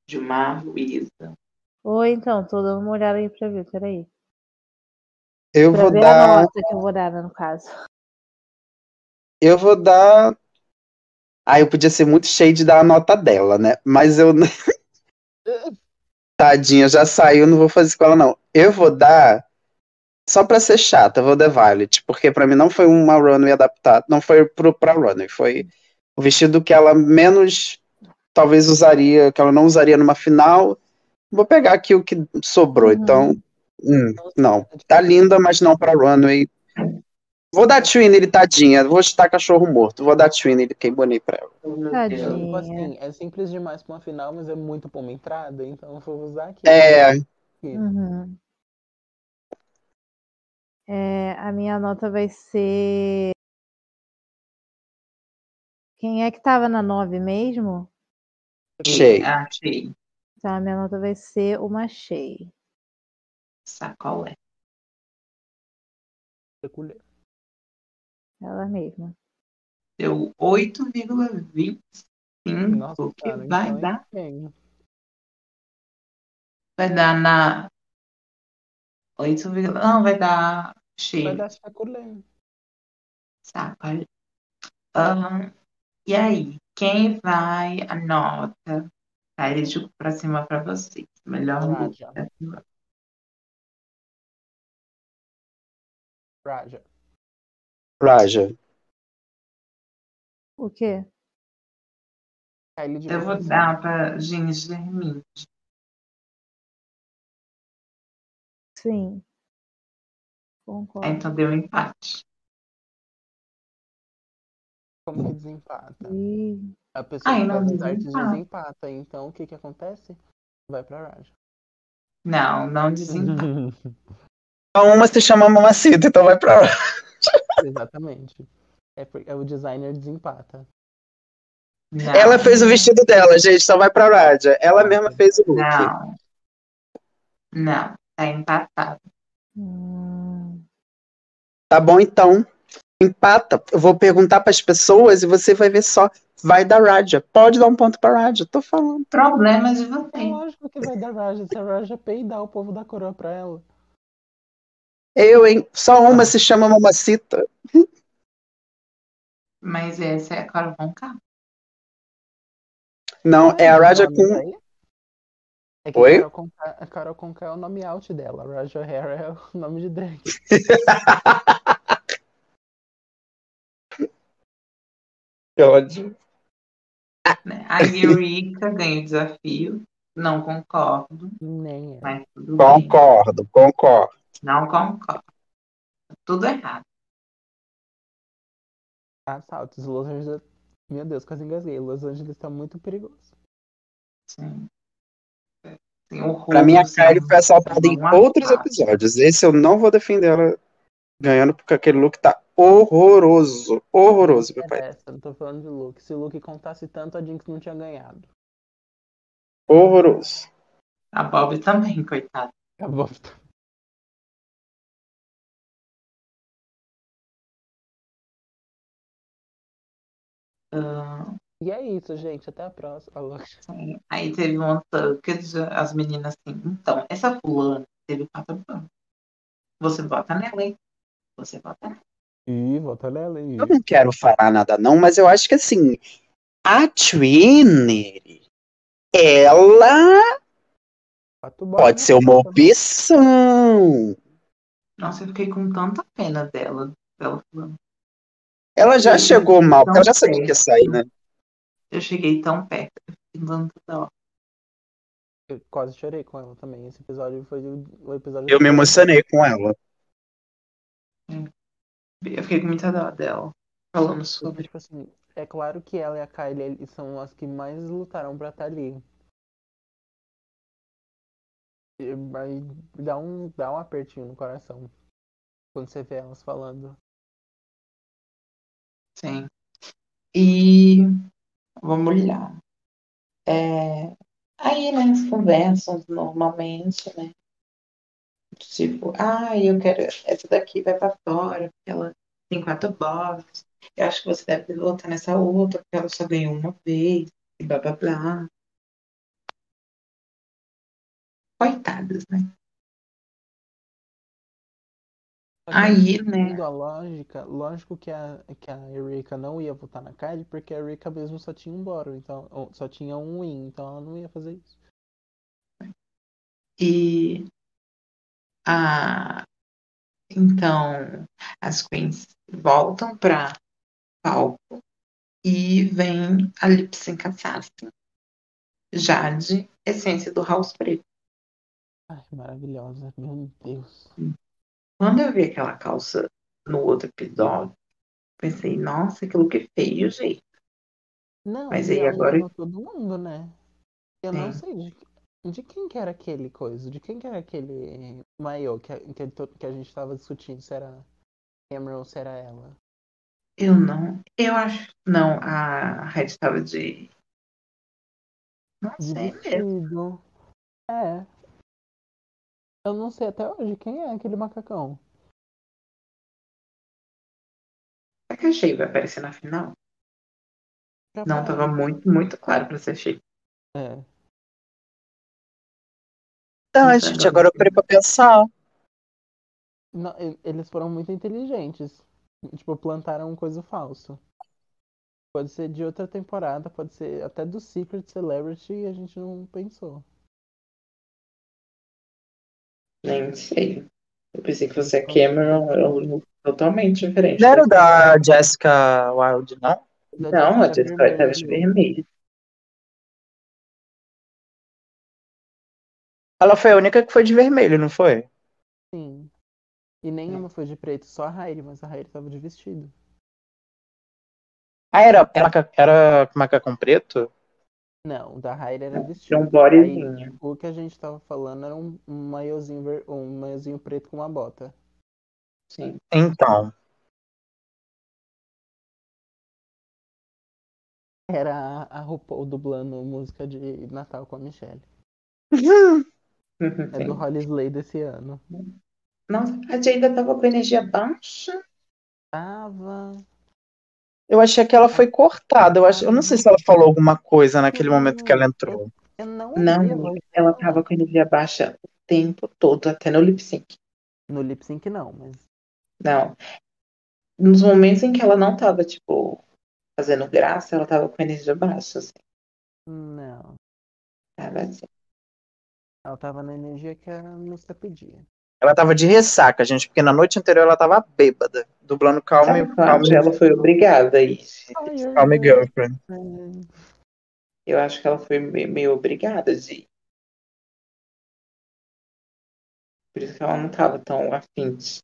B: Gilmar, Luísa.
A: Ou então, tô dando uma olhada aí pra ver, peraí.
D: Eu
A: Pra
D: vou
A: ver a
D: dar.
A: nota que eu vou dar, né, no caso.
D: Eu vou dar. Ah, eu podia ser muito cheio de dar a nota dela, né? Mas eu. Tadinha, já saiu, não vou fazer isso com ela, não. Eu vou dar. Só pra ser chata, eu vou dar Violet, porque pra mim não foi uma runway adaptada, não foi pro, pra runway, foi o vestido que ela menos talvez usaria, que ela não usaria numa final. Vou pegar aqui o que sobrou,
A: Uhum.
D: então. hum, não,
C: É
D: tá linda, mas não pra runway. Vou dar Twin, ele tadinha, vou chutar cachorro morto, vou dar Twin, ele quem bonei pra ela.
B: Oh, meu
A: Tadinha.
B: Deus.
C: Tipo assim, é simples demais pra uma final, mas é muito pra uma entrada, então eu vou usar aqui.
D: É,
A: Uhum. É, a minha nota vai ser. Quem é que tava na 9 mesmo?
D: cheio.
B: Achei.
A: Tá, minha nota vai ser uma cheia.
B: Sacolé.
C: Checuleta.
A: Ela mesma.
B: Deu 8,25.
C: Nossa,
B: O que
C: cara,
B: vai
C: então,
B: dar?
C: enfim.
B: Vai dar na. 8, não, vai dar cheio.
C: Vai dar checuleta.
B: Sacolé. Ahn, e aí? Quem vai? A nota. Tá, eu digo pra cima pra vocês. Melhor look.
C: Raja,
B: pra cima.
C: Raja.
D: Raja.
A: O quê?
C: Kylie de
B: Eu vou
C: Mendonça.
B: dar pra Jeans Germin.
A: Sim.
B: Ah,
A: Concordo.
B: Então deu empate.
C: Como que desempata?
A: Ih,
C: A pessoa
B: Ai,
C: que
B: não,
C: faz as artes
B: desempata.
C: desempata. Então o que que acontece? Vai pra Raja.
B: Não, não desempata.
D: Então, uma se chama Mamacita, então vai pra lá.
C: Exatamente. É, por- é o designer desempata.
B: Não,
D: Ela fez o vestido dela, gente, então vai pra Raja. Ela mesma fez o look.
B: Não. Não, tá empatado.
A: hum.
D: Tá bom, então. Empata. Eu vou perguntar pras pessoas e você vai ver só. Vai dar Raja. Pode dar um ponto pra Raja. Tô falando.
B: Problema de
C: É
B: vocês.
C: lógico que vai dar Raja. Se a Raja peidar o povo da coroa pra ela.
D: Eu, hein? Só uma se chama Mamacita.
B: Mas essa é a Carol Conká.
D: Não, é a
C: esse
D: Raja
C: nome
D: com.
C: daí? É que
D: Oi?
C: a Carol Conká- a Carol Conká é o nome out dela. Raja O'Hara é o nome de drag.
D: Que ódio.
B: né? A Eureka ganha o desafio. Não concordo,
C: Nem é.
B: mas tudo bem.
D: Concordo, concordo.
B: Não concordo. Tudo errado.
C: Assaltos. Los Angeles. Meu Deus, quase engasguei. Los Angeles tá muito perigoso.
B: Sim. É, Tem horror assim.
D: Pra mim, a
B: do
D: Kylie
B: seu-
D: foi assaltada em
B: Não
D: outros
B: assalto.
D: episódios. Esse eu não vou defender ela ganhando, porque aquele look tá horroroso. Horroroso, meu
C: Não
D: pai.
C: interessa, É, não tô falando de Luke. Se o Luke contasse tanto, a Jinx não tinha ganhado.
D: Horroroso.
B: A Bob também, coitada.
C: Acabou.
B: Ah,
C: E é isso, gente. Até a próxima. Ah, Luke.
B: sim. aí teve uma que as meninas assim, então, essa fulana teve quatro anos. Você vota nela, hein? Você vota nela.
C: Ih, volta nela, hein?
D: Eu não quero falar nada, não, mas eu acho que assim, a Twinner, ela
C: Quatro bolas
D: pode
C: na
D: ser uma
C: conta, né?
D: opção.
B: Nossa, eu fiquei com tanta pena dela, dela fulana.
D: Ela já
B: Eu
D: chegou mal, porque
B: não
D: ela já sabia
B: sei.
D: que ia sair, né?
B: Eu cheguei tão perto, eu fiquei dando toda hora.
C: Eu quase chorei com ela também. Esse episódio foi o, o episódio.
D: Eu me emocionei com ela.
B: Eu fiquei com muita dó dela, falando sobre.
C: Tipo assim, é claro que ela e a Kylie eles são as que mais lutaram pra estar ali. E- Mas dá um, dá um apertinho no coração quando você vê elas falando.
B: Sim. E vamos lá. É, Aí, né, as conversas normalmente, né? Tipo, ah, eu quero. Essa daqui vai pra fora, porque ela tem quatro bofs. Eu acho que você deve voltar nessa outra, porque ela só ganhou uma vez, e blá blá blá. Coitadas, né?
C: Só que
B: Aí, né?
C: Seguindo a lógica, lógico que a, que a Erika não ia votar na Kylie, porque a Erika mesmo só tinha um Boro, então ou só tinha um Win, então ela não ia fazer isso.
B: E a então as queens voltam para palco e vem a Lip Sync Assassin. Jade, essência do House Preto.
C: Ai, maravilhosa, meu Deus.
B: Quando eu vi aquela calça no outro episódio, pensei, nossa, aquilo que feio, gente.
C: Não,
B: Mas
C: e
B: aí
C: ela
B: agora- É.
C: enganou todo mundo, né? Eu não
B: Sim.
C: sei de, de quem que era aquele coisa, de quem que era aquele maiô que, a- que, to- que a gente tava discutindo se era Cameron ou se era ela.
B: Eu não, eu acho, não, a Red estava de, não
C: De
B: sei É mesmo.
C: vestido. É. Eu não sei até hoje quem é aquele macacão.
B: Será É que a Shea vai aparecer na final? Não,
C: Capaz.
B: tava muito, muito claro pra ser Shea.
C: É.
D: Tá, gente, agora eu parei pra pensar.
C: Não, e- eles foram muito inteligentes. Tipo, plantaram um coisa falso. Pode ser de outra temporada, pode ser até do Secret Celebrity e a gente não pensou.
B: Nem sei. Eu pensei que você é Cameron, era um look totalmente diferente.
D: Não era o da Jessica Wilde, não?
C: Da
B: Não, a
C: Jessica
B: Jessica estava de
C: vermelho.
B: vermelho.
D: Ela foi a única que foi de vermelho, não foi?
C: Sim. E nenhuma foi de preto, só a Hailey, mas a Hailey tava de vestido.
D: Ah, era, era, maca- era macacão preto?
C: Não, da Raira era
B: Tinha
C: vestido.
B: um
C: Aí,
B: bodyzinho.
C: o que a gente tava falando era um um maiozinho, ver- um maiozinho preto com uma bota.
B: Sim.
D: Então.
C: Era a, a RuPaul dublando música de Natal com a Michelle. É do
B: Sim.
C: Holly Slay desse ano.
B: Nossa, a Jada tava com energia baixa.
C: Tava.
D: Eu achei que ela foi cortada. Eu, acho, eu não sei se ela falou alguma coisa naquele momento que ela entrou.
C: Eu não ouvi
B: Não,
C: a voz
B: ela
C: dela.
B: tava com energia baixa o tempo todo, até no lip sync.
C: No lip sync não, mas
B: Não. Nos momentos em que ela não tava, tipo, fazendo graça, ela tava com energia baixa, assim.
C: não.
B: Tava assim.
C: Ela tava na energia que a música pedia.
D: Ela tava de ressaca, gente, porque na noite anterior ela tava bêbada, dublando Calm,
B: Sabe, a
D: calm,
B: Angela foi obrigada a isso.
D: calm Girlfriend.
B: Eu acho que ela foi me- meio obrigada de. Por isso que ela não tava tão afim de.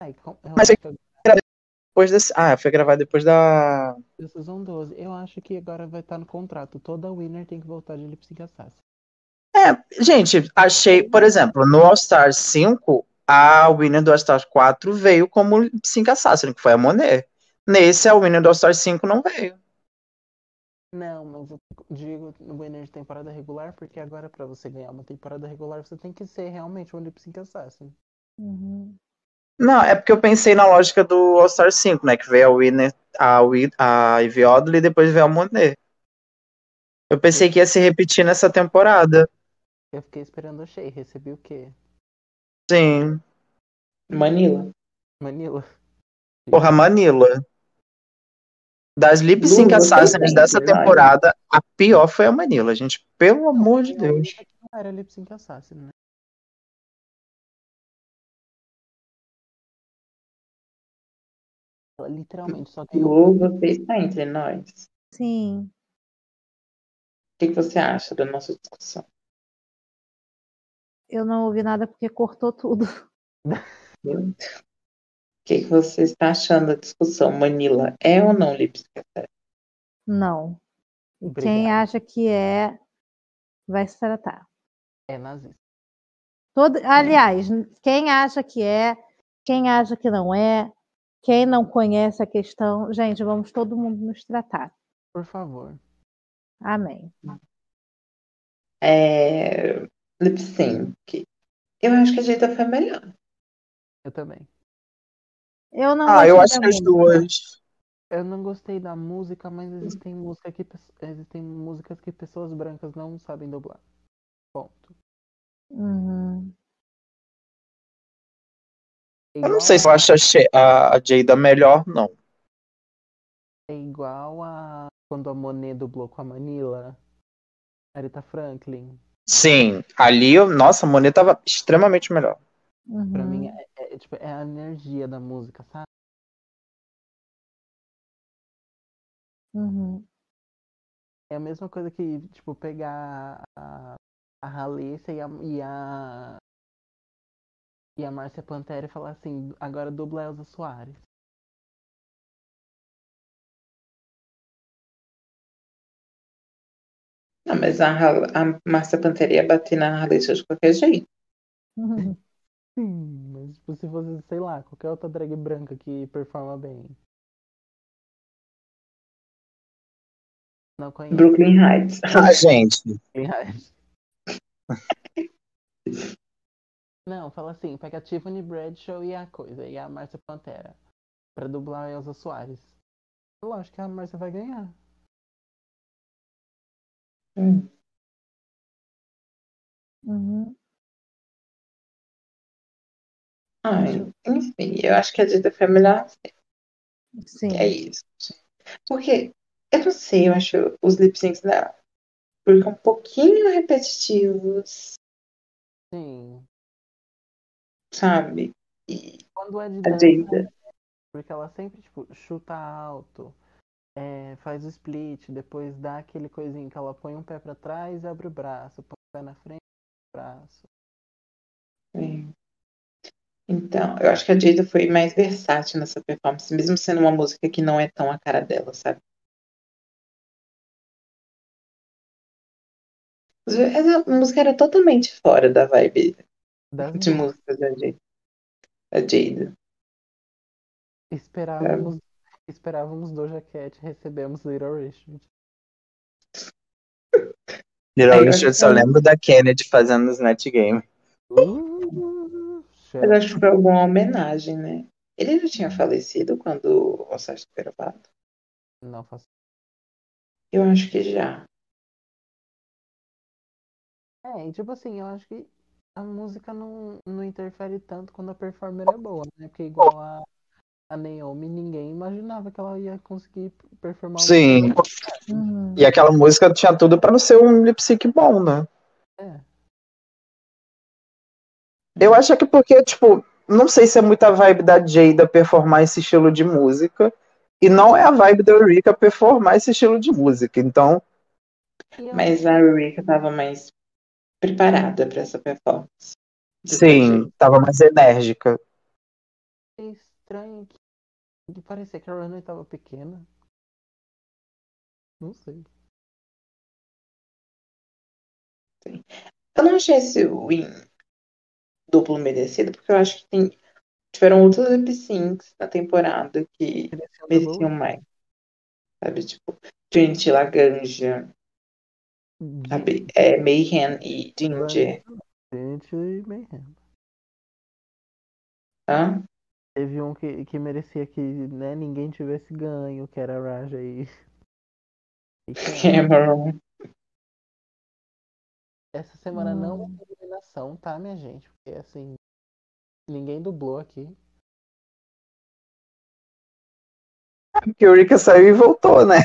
C: Ai, com- eu
D: Mas
C: acho que
D: Depois desse... Ah, foi gravado depois da.
C: agora- Season 12. Eu acho que agora vai estar no contrato. Toda winner tem que voltar de lip sync assassin.
D: É, Gente, achei, por exemplo, no All Star 5, a winner do All Star 4 veio como 5 Assassin, que foi a Monet. Nesse, a winner do All Star 5 não veio.
C: Não, mas eu digo winner de temporada regular, porque agora pra você ganhar uma temporada regular, você tem que ser realmente um lip sync assassin.
A: Uhum.
D: Não, é porque eu pensei na lógica do All Star 5, né? Que veio a winner, a, Wi- a Ivy Odley e depois veio a Monet. Eu pensei que ia se repetir nessa temporada.
C: Eu fiquei esperando a Shea. Recebi o quê?
D: Sim.
B: Manila.
C: Manila.
D: Porra, Manila. Das Lip Sync
B: Lu, você
D: Assassins
B: entende,
D: dessa
B: vai.
D: temporada, a pior foi a Manila, gente. Pelo
C: Não,
D: amor de
C: foi a única
D: Deus.
C: que Não era lip sync assassin, né? Ela literalmente só ganhou.
B: Lu, você está entre nós. O
A: Sim.
B: que que você acha da nossa discussão?
A: Eu não ouvi nada porque cortou tudo.
B: O que que você está achando da discussão? Manila é ou não lipstick?
A: Não. E Quem
C: Obrigado.
A: acha que é, vai se tratar.
C: É nazista.
A: Todo,
D: Hum.
A: aliás, n- quem acha que é, quem acha que não é, quem não conhece a questão, gente, vamos todo mundo nos tratar.
C: Por favor.
A: Amém.
B: É... Lip sync. Eu acho que a Jada foi melhor.
C: Eu também.
A: Eu não é né?
D: Ah, eu
A: gostei da
D: acho que as
A: música.
D: duas.
C: Eu não gostei da música, mas
D: Hum.
C: existem, música que, pes- existem músicas que pessoas brancas não sabem dublar. Ponto.
A: Uhum.
C: É
D: Eu não
C: igual
D: sei se eu acho a She- a a Jada melhor, não.
C: É igual a quando a Monet dublou com a Manila, Aretha Franklin.
D: Sim, ali, eu- nossa, a Monet tava extremamente melhor.
C: Pra
D: Hum.
C: mim
A: uhum.
C: é, é- é, tipo, é a energia da música, sabe?
A: Uhum.
C: É a mesma coisa que, tipo, pegar a, a Halissa e a, e a e a Márcia Pantera e falar assim, agora dubla a Elza Soares.
B: Não, mas a, Ra- a Márcia Pantera ia bater na Raleigh de qualquer jeito.
A: Uhum.
C: Sim, mas tipo, se fosse, sei lá, qualquer outra drag branca que performa bem. Não conheço.
B: Brooklyn Heights.
D: Ah, gente.
C: Não, fala assim, pega a Tiffany Bradshaw e a coisa, e a Márcia Pantera, pra dublar a Elza Soares. Lógico que a Márcia vai ganhar.
B: Hum.
A: Uhum.
B: Ai, enfim, eu acho que a Jada foi melhor.
A: Sim.
B: É isso. Porque, eu não sei, eu acho os lip syncs da Brooklyn um pouquinho repetitivos,
C: Sim.
B: sabe? E
C: Quando é de
B: a
C: dança,
B: Jada.
C: porque ela sempre, tipo, chuta alto, é, faz o split, depois dá aquele coisinho que ela põe um pé pra trás e abre o braço, põe o pé na frente, abre o braço.
B: é. Então, eu acho que a Jada foi mais versátil nessa performance, mesmo sendo uma música que não é tão a cara dela, sabe? Essa música era totalmente fora da vibe
C: Das
B: de música da Jada. Da Jada.
C: Esperávamos, esperávamos Doja Cat, recebemos Little Richard.
B: Aí,
D: Little Richard
B: olha
D: só
B: só.
D: lembro da Kennedy fazendo Snatch Game.
C: Uh,
B: Mas
C: chefe.
B: acho que foi alguma homenagem, né? Ele já tinha falecido quando o Sérgio foi gravado?
C: Não faço.
B: Eu acho que já.
C: É, e tipo assim, eu acho que a música não, não interfere tanto quando a performer é boa, né? Porque igual a, a Naomi, ninguém imaginava que ela ia conseguir performar uma
D: Sim.
A: Uhum.
D: E aquela música tinha tudo pra não ser um lip sync bom, né?
C: É.
D: Eu acho que porque, tipo, não sei se é muita vibe da Jada performar esse estilo de música. E não é a vibe da Eureka performar esse estilo de música. Então,
C: E eu
B: Mas a Eureka estava mais preparada para essa performance. De
D: sim, tava mais enérgica.
C: achei estranho que, que parecia que a Runway tava pequena. Não sei.
B: Eu não achei esse win duplo merecido, porque eu acho que tem- tiveram outros lip syncs na temporada que
C: Mereceu
B: mereciam mais. Sabe, tipo, gente, Laganja, sabe? É, Mayhem e Ginger.
C: Gente, Mayhem.
B: Hã?
C: Teve um que, que merecia que né, ninguém tivesse ganho, que era a Raja e.
B: É.
C: e Cameron.
B: Cameron.
C: Essa semana não
A: Hum.
C: vai ter eliminação, tá, minha gente? Porque assim, ninguém dublou aqui.
D: Porque a Eureka saiu e voltou, né?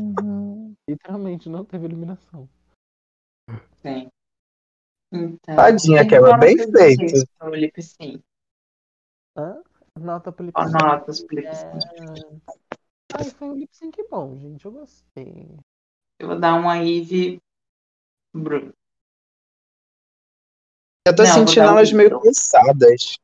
A: Uhum.
C: Literalmente não teve eliminação.
B: Sim. Então,
D: Tadinha, que era bem feito.
B: O lip sync.
C: Hã? Nota pro lip
B: Ó,
C: sync.
B: notas Ah, pro lip sync.
C: É... Ai, foi um lip sync bom, gente. Eu gostei.
B: Eu vou dar uma Eve Bruno.
D: Eu tô
B: Não, vou
D: sentindo
B: dar um
D: elas meio
B: Beatles.
D: cansadas.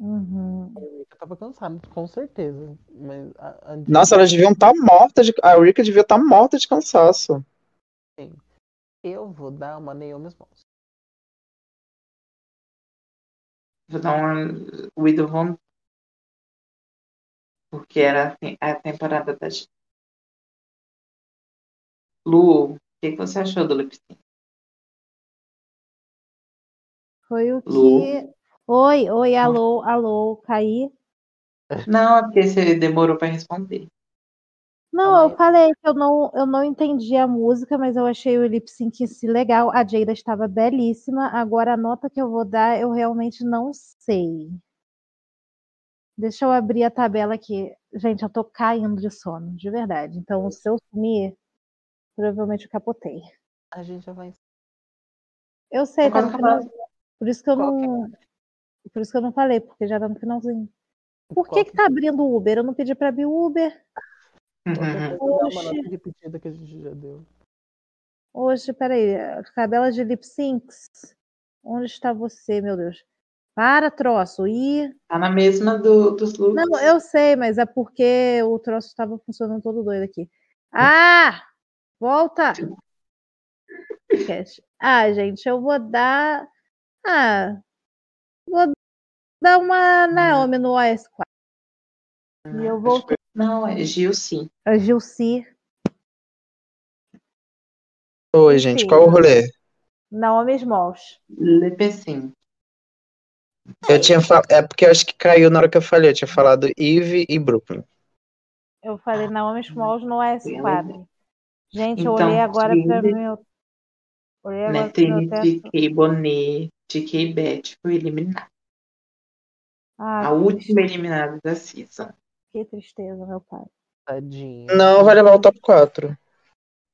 A: Uhum.
C: Eu tava cansado, com certeza. Mas a, a
D: Nossa, elas deviam estar mortas. De... A Eureka devia estar morta de cansaço.
C: eu vou dar é uma Naomi Smalls.
B: Vou dar uma Widow Von. Porque era a te- a temporada da gente. Lu, o que que você achou do lip sync?
A: Foi o que.
B: Lu?
A: Oi, oi, alô, alô, caí.
B: Não, é porque você demorou pra responder.
A: Não, eu
C: Também.
A: falei que eu não, eu não entendi a música, mas eu achei o lip sync em si legal. A Jada estava belíssima. Agora a nota que eu vou dar, eu realmente não sei. Deixa eu abrir a tabela aqui. Gente, eu tô caindo de sono, de verdade. Então, se eu sumir, provavelmente eu capotei.
C: A gente já vai.
A: Eu sei,
B: Por
A: tá
B: causa
A: no
B: que
A: finalzinho. Por isso que eu
C: Qual que
A: não. Por isso que eu não falei, porque já tá no finalzinho. Por que
C: Qual
A: que tá abrindo o Uber? Eu não pedi pra abrir o Uber.
C: Qualquer
B: Uhum.
C: coisa dá uma
A: Oxi.
C: nota repetida que a gente já deu.
A: Hoje, peraí, eh, tabela de lip syncs. Onde está você, meu Deus? Para, troço. E
B: Tá na mesma do, dos looks.
A: não, eu sei, mas é porque o troço estava funcionando todo doido aqui. Ah, volta. Esquece. Ah, gente, eu vou dar, ah, vou dar uma Naomi no OS4. E eu vou
B: Não, é Gil sim.
A: a Gilci,
D: Oi,
A: Enfim.
D: gente, qual o rolê?
A: Naomi Smalls.
B: Lip sync.
D: Eu tinha fal... É porque eu acho que caiu na hora que eu falei. Eu tinha falado Eve e Brooklyn.
A: Eu
B: Ah,
A: falei Naomi Smalls no OS4. é Gente, eu
B: Então,
A: olhei agora para
B: Gilda-
A: meu olhei
B: Né?
A: agora pro meu
B: Trinity,
A: teto.
B: K. Bonet, TK Beth foi eliminada.
A: Ah,
B: A
A: que
B: última eliminada da season.
A: Que tristeza, meu pai.
C: Tadinho.
D: Não, vai um levar o top 4.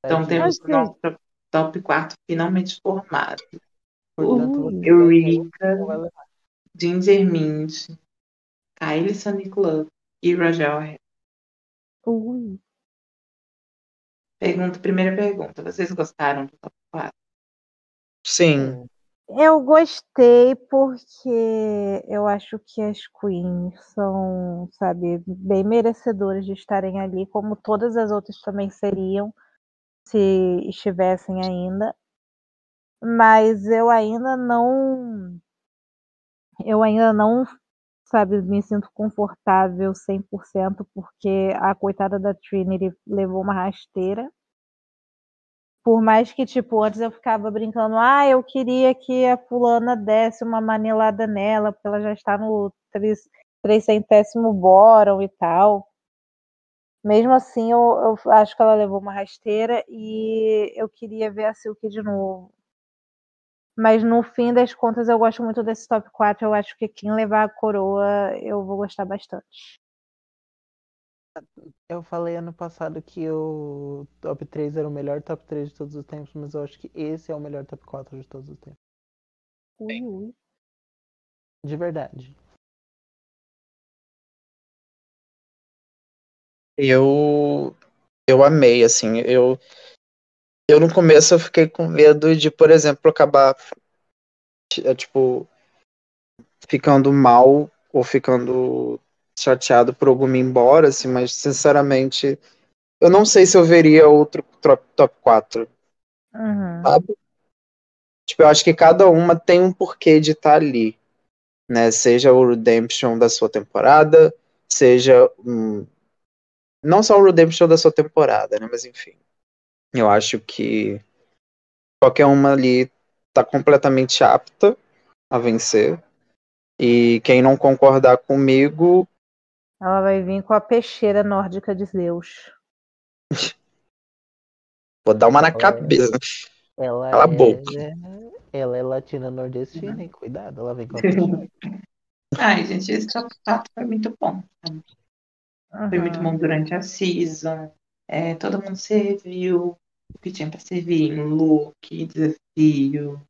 B: Então
C: tadinho.
A: Mas,
B: temos o nosso top 4 finalmente formado.
C: Portanto,
A: Ui.
C: você
B: Eureka,
C: vai
F: é.
C: levar.
B: Ginger Mint, Kylie Sunny Club e Rajal.
A: Ui.
B: Pergunta, primeira pergunta. Vocês gostaram do top 4?
D: Sim.
A: Eu gostei porque eu acho que as queens são, sabe, bem merecedoras de estarem ali, como todas as outras também seriam. se estivessem ainda. Mas eu ainda não. Eu ainda não, sabe, me sinto confortável 100%, porque a coitada da Trinity levou uma rasteira. Por mais que, tipo, antes eu ficava brincando, ah, eu queria que a fulana desse uma manelada nela, porque ela já está no tris- tricentésimo bórum e tal. Mesmo assim, eu, eu acho que ela levou uma rasteira e eu queria ver a Silk de novo. Mas no fim das contas, eu gosto muito desse top 4. Eu acho que quem levar a coroa, eu vou gostar bastante.
F: Eu falei ano passado que o top 3 era o melhor top 3 de todos os tempos, mas eu acho que esse é o melhor top 4 de todos os tempos.
A: Ui, ui.
F: De verdade.
D: Eu, eu amei, assim, eu, eu no começo eu fiquei com medo de, por exemplo, acabar, eh, tipo, ficando mal ou ficando chateado por alguma ir embora, assim, mas sinceramente, eu não sei se eu veria outro top, top 4,
A: Uhum.
D: sabe? Tipo, eu acho que cada uma tem um porquê de estar ali, né? Seja o Redemption da sua temporada, seja um... não só o Redemption da sua temporada, né? Mas enfim, eu acho que qualquer uma ali tá completamente apta a vencer. E quem não concordar comigo,
A: Ela vai vir com a peixeira nórdica de Zeus.
D: vou dar uma na
F: Olha.
D: cabeça.
F: Ela
D: Cala a
F: é.
D: boca. Uhum.
F: Ela é latina nordestina, hein? Cuidado, ela vem com a peixeira.
B: Ai, gente, esse top 4 foi muito bom. Foi muito
A: Uhum.
B: bom durante a season. É, todo mundo serviu o que tinha pra servir em look, desafio.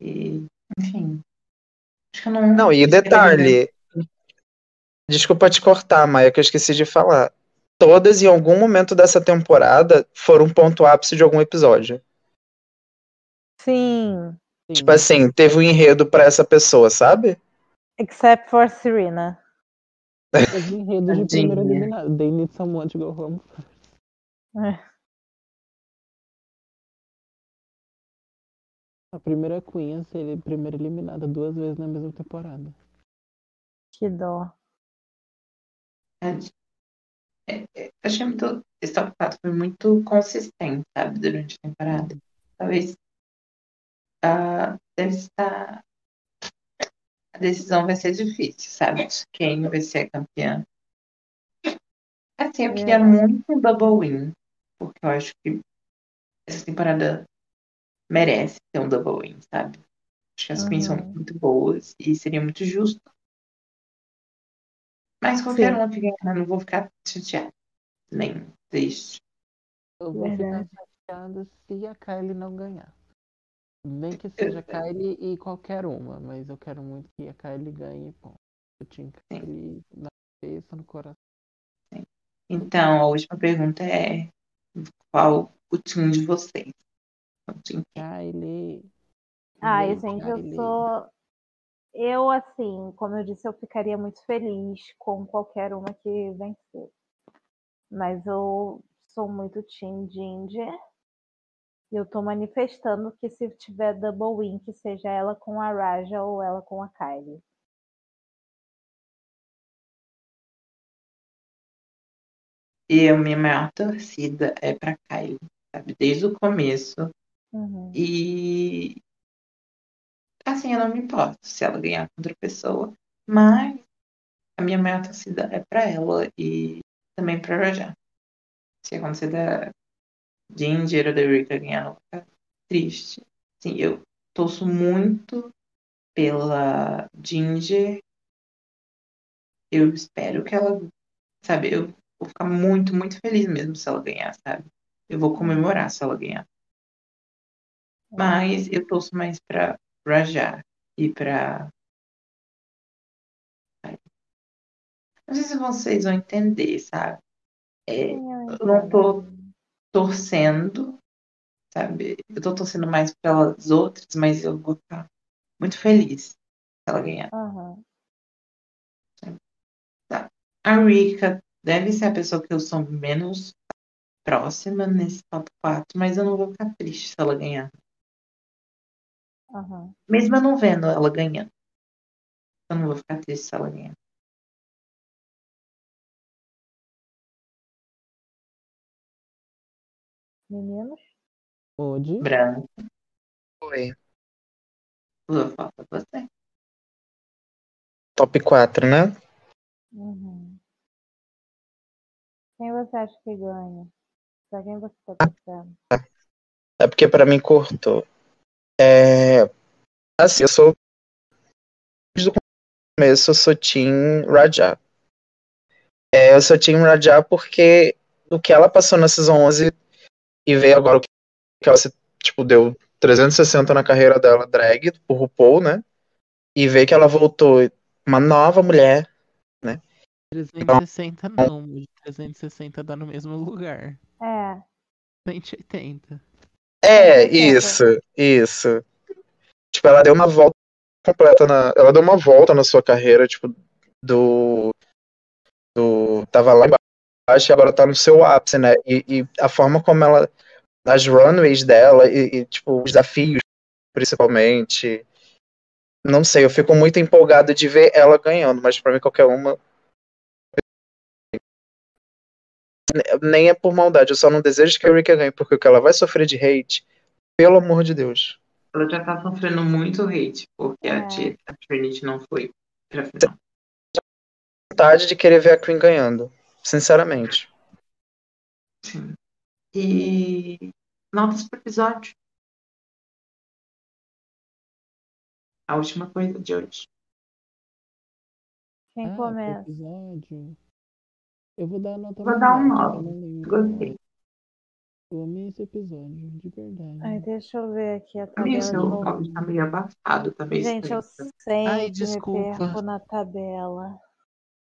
B: E, enfim. Acho que eu não.
D: Não, e detalhe, desculpa te cortar, Maia, que eu esqueci de falar. Todas, em algum momento dessa temporada, foram um ponto ápice de algum episódio.
A: Sim.
F: Sim.
C: Uhum.
D: Tipo assim, teve um enredo pra essa pessoa, sabe?
A: Except for Serena.
F: Os enredos de primeiro
B: Tadinha.
F: eliminado. They need someone to go home.
A: É.
F: A primeira Queen a ser primeira eliminada duas vezes na mesma temporada.
A: Que dó.
B: Tadinha. É, é, eu achei muito. Esse top 4 foi muito consistente, sabe, durante a temporada. Talvez. ah, deve estar. A decisão vai ser difícil, sabe? de Quem vai ser a campeã. Assim, eu queria muito um double win, porque eu acho que essa temporada merece ter um double win, sabe? Acho que as queens são
A: Uhum.
B: muito boas e seria muito justo. Mas qualquer
A: Sim.
B: uma que ganhar, eu não vou ficar chateada, nem triste.
F: Eu vou ficar
A: Verdade.
F: chateada se a Kylie não ganhar. Nem que seja a Kylie e qualquer uma, mas eu quero muito que a Kylie ganhe. Bom, eu tinha Kylie na cabeça, no coração.
B: Então, a última pergunta é: qual o time de vocês? Então, O time que
F: Kylie.
A: Ai,
F: meu
A: gente, Ah, eu
F: Kylie.
A: sou. Eu, assim, como eu disse, eu ficaria muito feliz com qualquer uma que vencer. Mas eu sou muito Team Ginger. E eu tô manifestando que se tiver double win, que seja ela com a Raja ou ela com a Kylie.
B: E a minha maior torcida é pra Kylie, sabe? Desde o começo.
A: Uhum.
B: E assim, eu não me importo se ela ganhar com outra pessoa, mas a minha maior torcida é pra ela e também pra Rajá. Se acontecer da Ginger ou da Rita ganhar, eu vou ficar triste. Sim, eu torço muito pela Ginger. Eu espero que ela, sabe, eu vou ficar muito, muito feliz mesmo se ela ganhar, sabe? Eu vou comemorar se ela ganhar. Mas eu torço mais pra Rajá e pra. Não sei se vocês vão entender, sabe? É,
A: Uhum.
B: eu não tô torcendo, sabe? Eu tô torcendo mais pelas outras, mas eu vou ficar muito feliz se ela ganhar.
A: Aham.
B: A Rika deve ser a pessoa que eu sou menos próxima nesse top 4, mas eu não vou ficar triste se ela ganhar.
A: Aham.
B: Mesmo eu não vendo ela ganhando. Eu não vou ficar triste se ela ganhar.
A: Meninos?
C: Hoje,
B: Branco,
D: Oi.
B: Lua, falta você.
D: Top 4, né?
A: Uhum. Quem você acha que ganha? Pra quem você
C: Ah.
A: tá torcendo?
D: É porque pra mim cortou. É. Assim, eu sou. Desde o começo, eu sou Team Raja. É, eu sou Team Raja porque o que ela passou na Season 11 e veio agora o que ela se, tipo, deu 360 na carreira dela, drag, o RuPaul, né? E ver que ela voltou uma nova mulher.
C: 360 não, hoje 360 dá tá no mesmo lugar.
A: É,
C: 180.
D: É, isso, isso. Tipo, ela deu uma volta completa na. Ela deu uma volta na sua carreira, tipo, do. do tava lá embaixo e agora tá no seu ápice, né? E, e a forma como ela. As runways dela e, e, tipo, os desafios, principalmente. Não sei, eu fico muito empolgado de ver ela ganhando, mas pra mim qualquer uma. Nem é por maldade, eu só não desejo que a Rika ganhe, porque o que ela vai sofrer de hate, pelo amor de Deus.
B: Ela já tá sofrendo muito hate, porque
A: É.
B: a, tia, a Trinity não foi pra final.
D: vontade de querer ver a Queen ganhando, sinceramente.
B: Sim. E notas pro episódio. A última coisa de hoje.
A: quem
C: Ah, pro
A: começa?
C: episódio. Eu vou dar nota
B: Vou dar um
C: menor, porque eu
B: nove.
C: não lembro.
B: Gostei.
C: Eu amei esse episódio, de um. verdade.
A: Ai, deixa eu ver aqui a
B: Amigo,
A: tabela. de
B: seu
A: novo.
B: áudio tá meio abafado, talvez.
A: Gente, eu
B: seja.
A: sempre
C: Ai,
A: me
C: desculpa.
A: perco na tabela.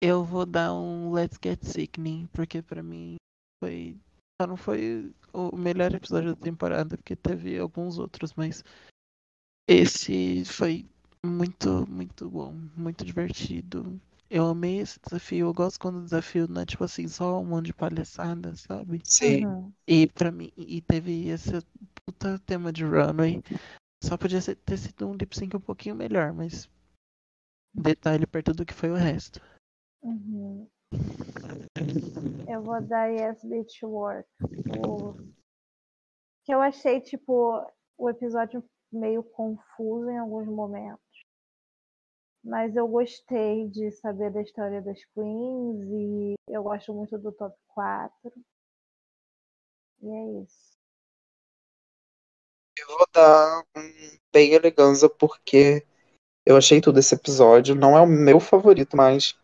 C: Eu vou dar um Let's Get Sickening, porque pra mim foi. Só não foi o melhor episódio da temporada, porque teve alguns outros, mas esse foi muito, muito bom, muito divertido. Eu amei esse desafio, eu gosto quando o desafio não é tipo assim, só um monte de palhaçada, sabe?
D: Sim.
A: Uhum.
C: E pra mim, e teve esse puta tema de runway. Só podia ser- ter sido um lip sync um pouquinho melhor, mas detalhe perto do que foi o resto.
A: Uhum. Eu vou dar Yes Beach Work. O... Que eu achei, tipo, o episódio meio confuso em alguns momentos. Mas eu gostei de saber da história das Queens e eu gosto muito do top 4. E é isso.
D: Eu vou dar um bem elegância porque eu achei tudo esse episódio. Não é o meu favorito, mas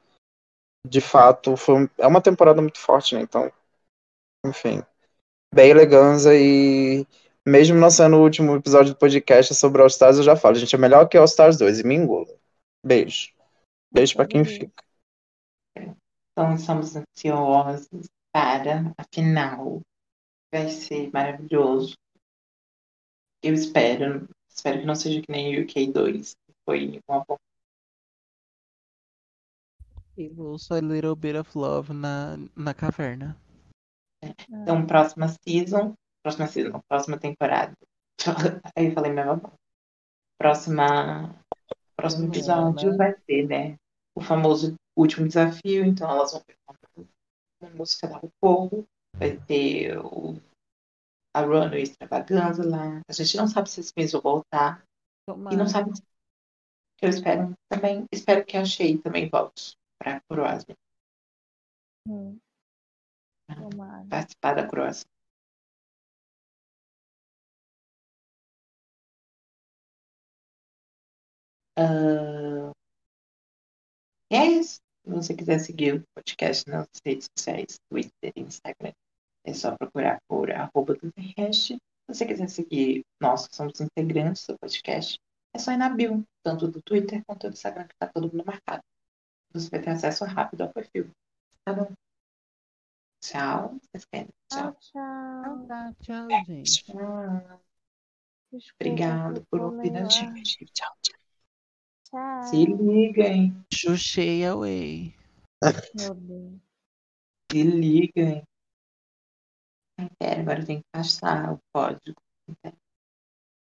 D: de fato foi um- é uma temporada muito forte, né? Então, enfim. Bem elegância e mesmo não sendo o último episódio do podcast é sobre All Stars, eu já falo, gente, é melhor que All Stars 2 e me engula. Beijo. Beijo pra quem fica.
B: Então, estamos ansiosos para a final. Vai ser maravilhoso. Eu espero. Espero que não seja que nem o UK2. que Foi uma boa.
C: E vou só Little Bit of Love na, na caverna.
B: Então, próxima season. Próxima season, próxima temporada. Aí eu falei minha babá. Próxima. Próximo
C: Não é,
B: episódio
C: né?
B: vai ser, né? O famoso último desafio. Então elas vão ver uma- uma música da povo. Vai ter o, a Runway extravaganza lá. A gente não sabe se esse mês eu voltar. E não sabe. Eu espero também. Espero que a Shea também volte para Croácia.
A: Uhum. Tomara.
B: Participar da Croácia. Ah, e é isso. Se você quiser seguir o podcast nas redes sociais, Twitter, Instagram, é só procurar por arroba do Hash. Se você quiser seguir nós, que somos integrantes do podcast, é só ir na bio, tanto do Twitter quanto do Instagram, que está todo mundo marcado. Você vai ter acesso rápido ao perfil. Tá bom? Tchau. Vocês querem? Tchau.
A: Tchau, tchau.
C: Tá, tchau, gente.
B: Tchau.
A: Desculpa,
B: Obrigado por
A: ficou
B: ouvir
A: meio
B: a
A: ar.
B: gente. Tchau, tchau. Se
A: Tchau.
B: liga, hein?
C: Xuxei away.
A: Meu Deus.
B: Se liga, hein? Império, agora tem que passar o código.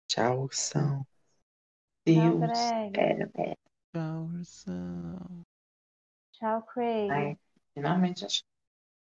G: Tchau, são.
A: Tchau,
B: Deus,
A: Greg.
B: pera, pera.
C: Tchau, ursão.
A: Tchau, Craig.
B: Ai, Finalmente achei.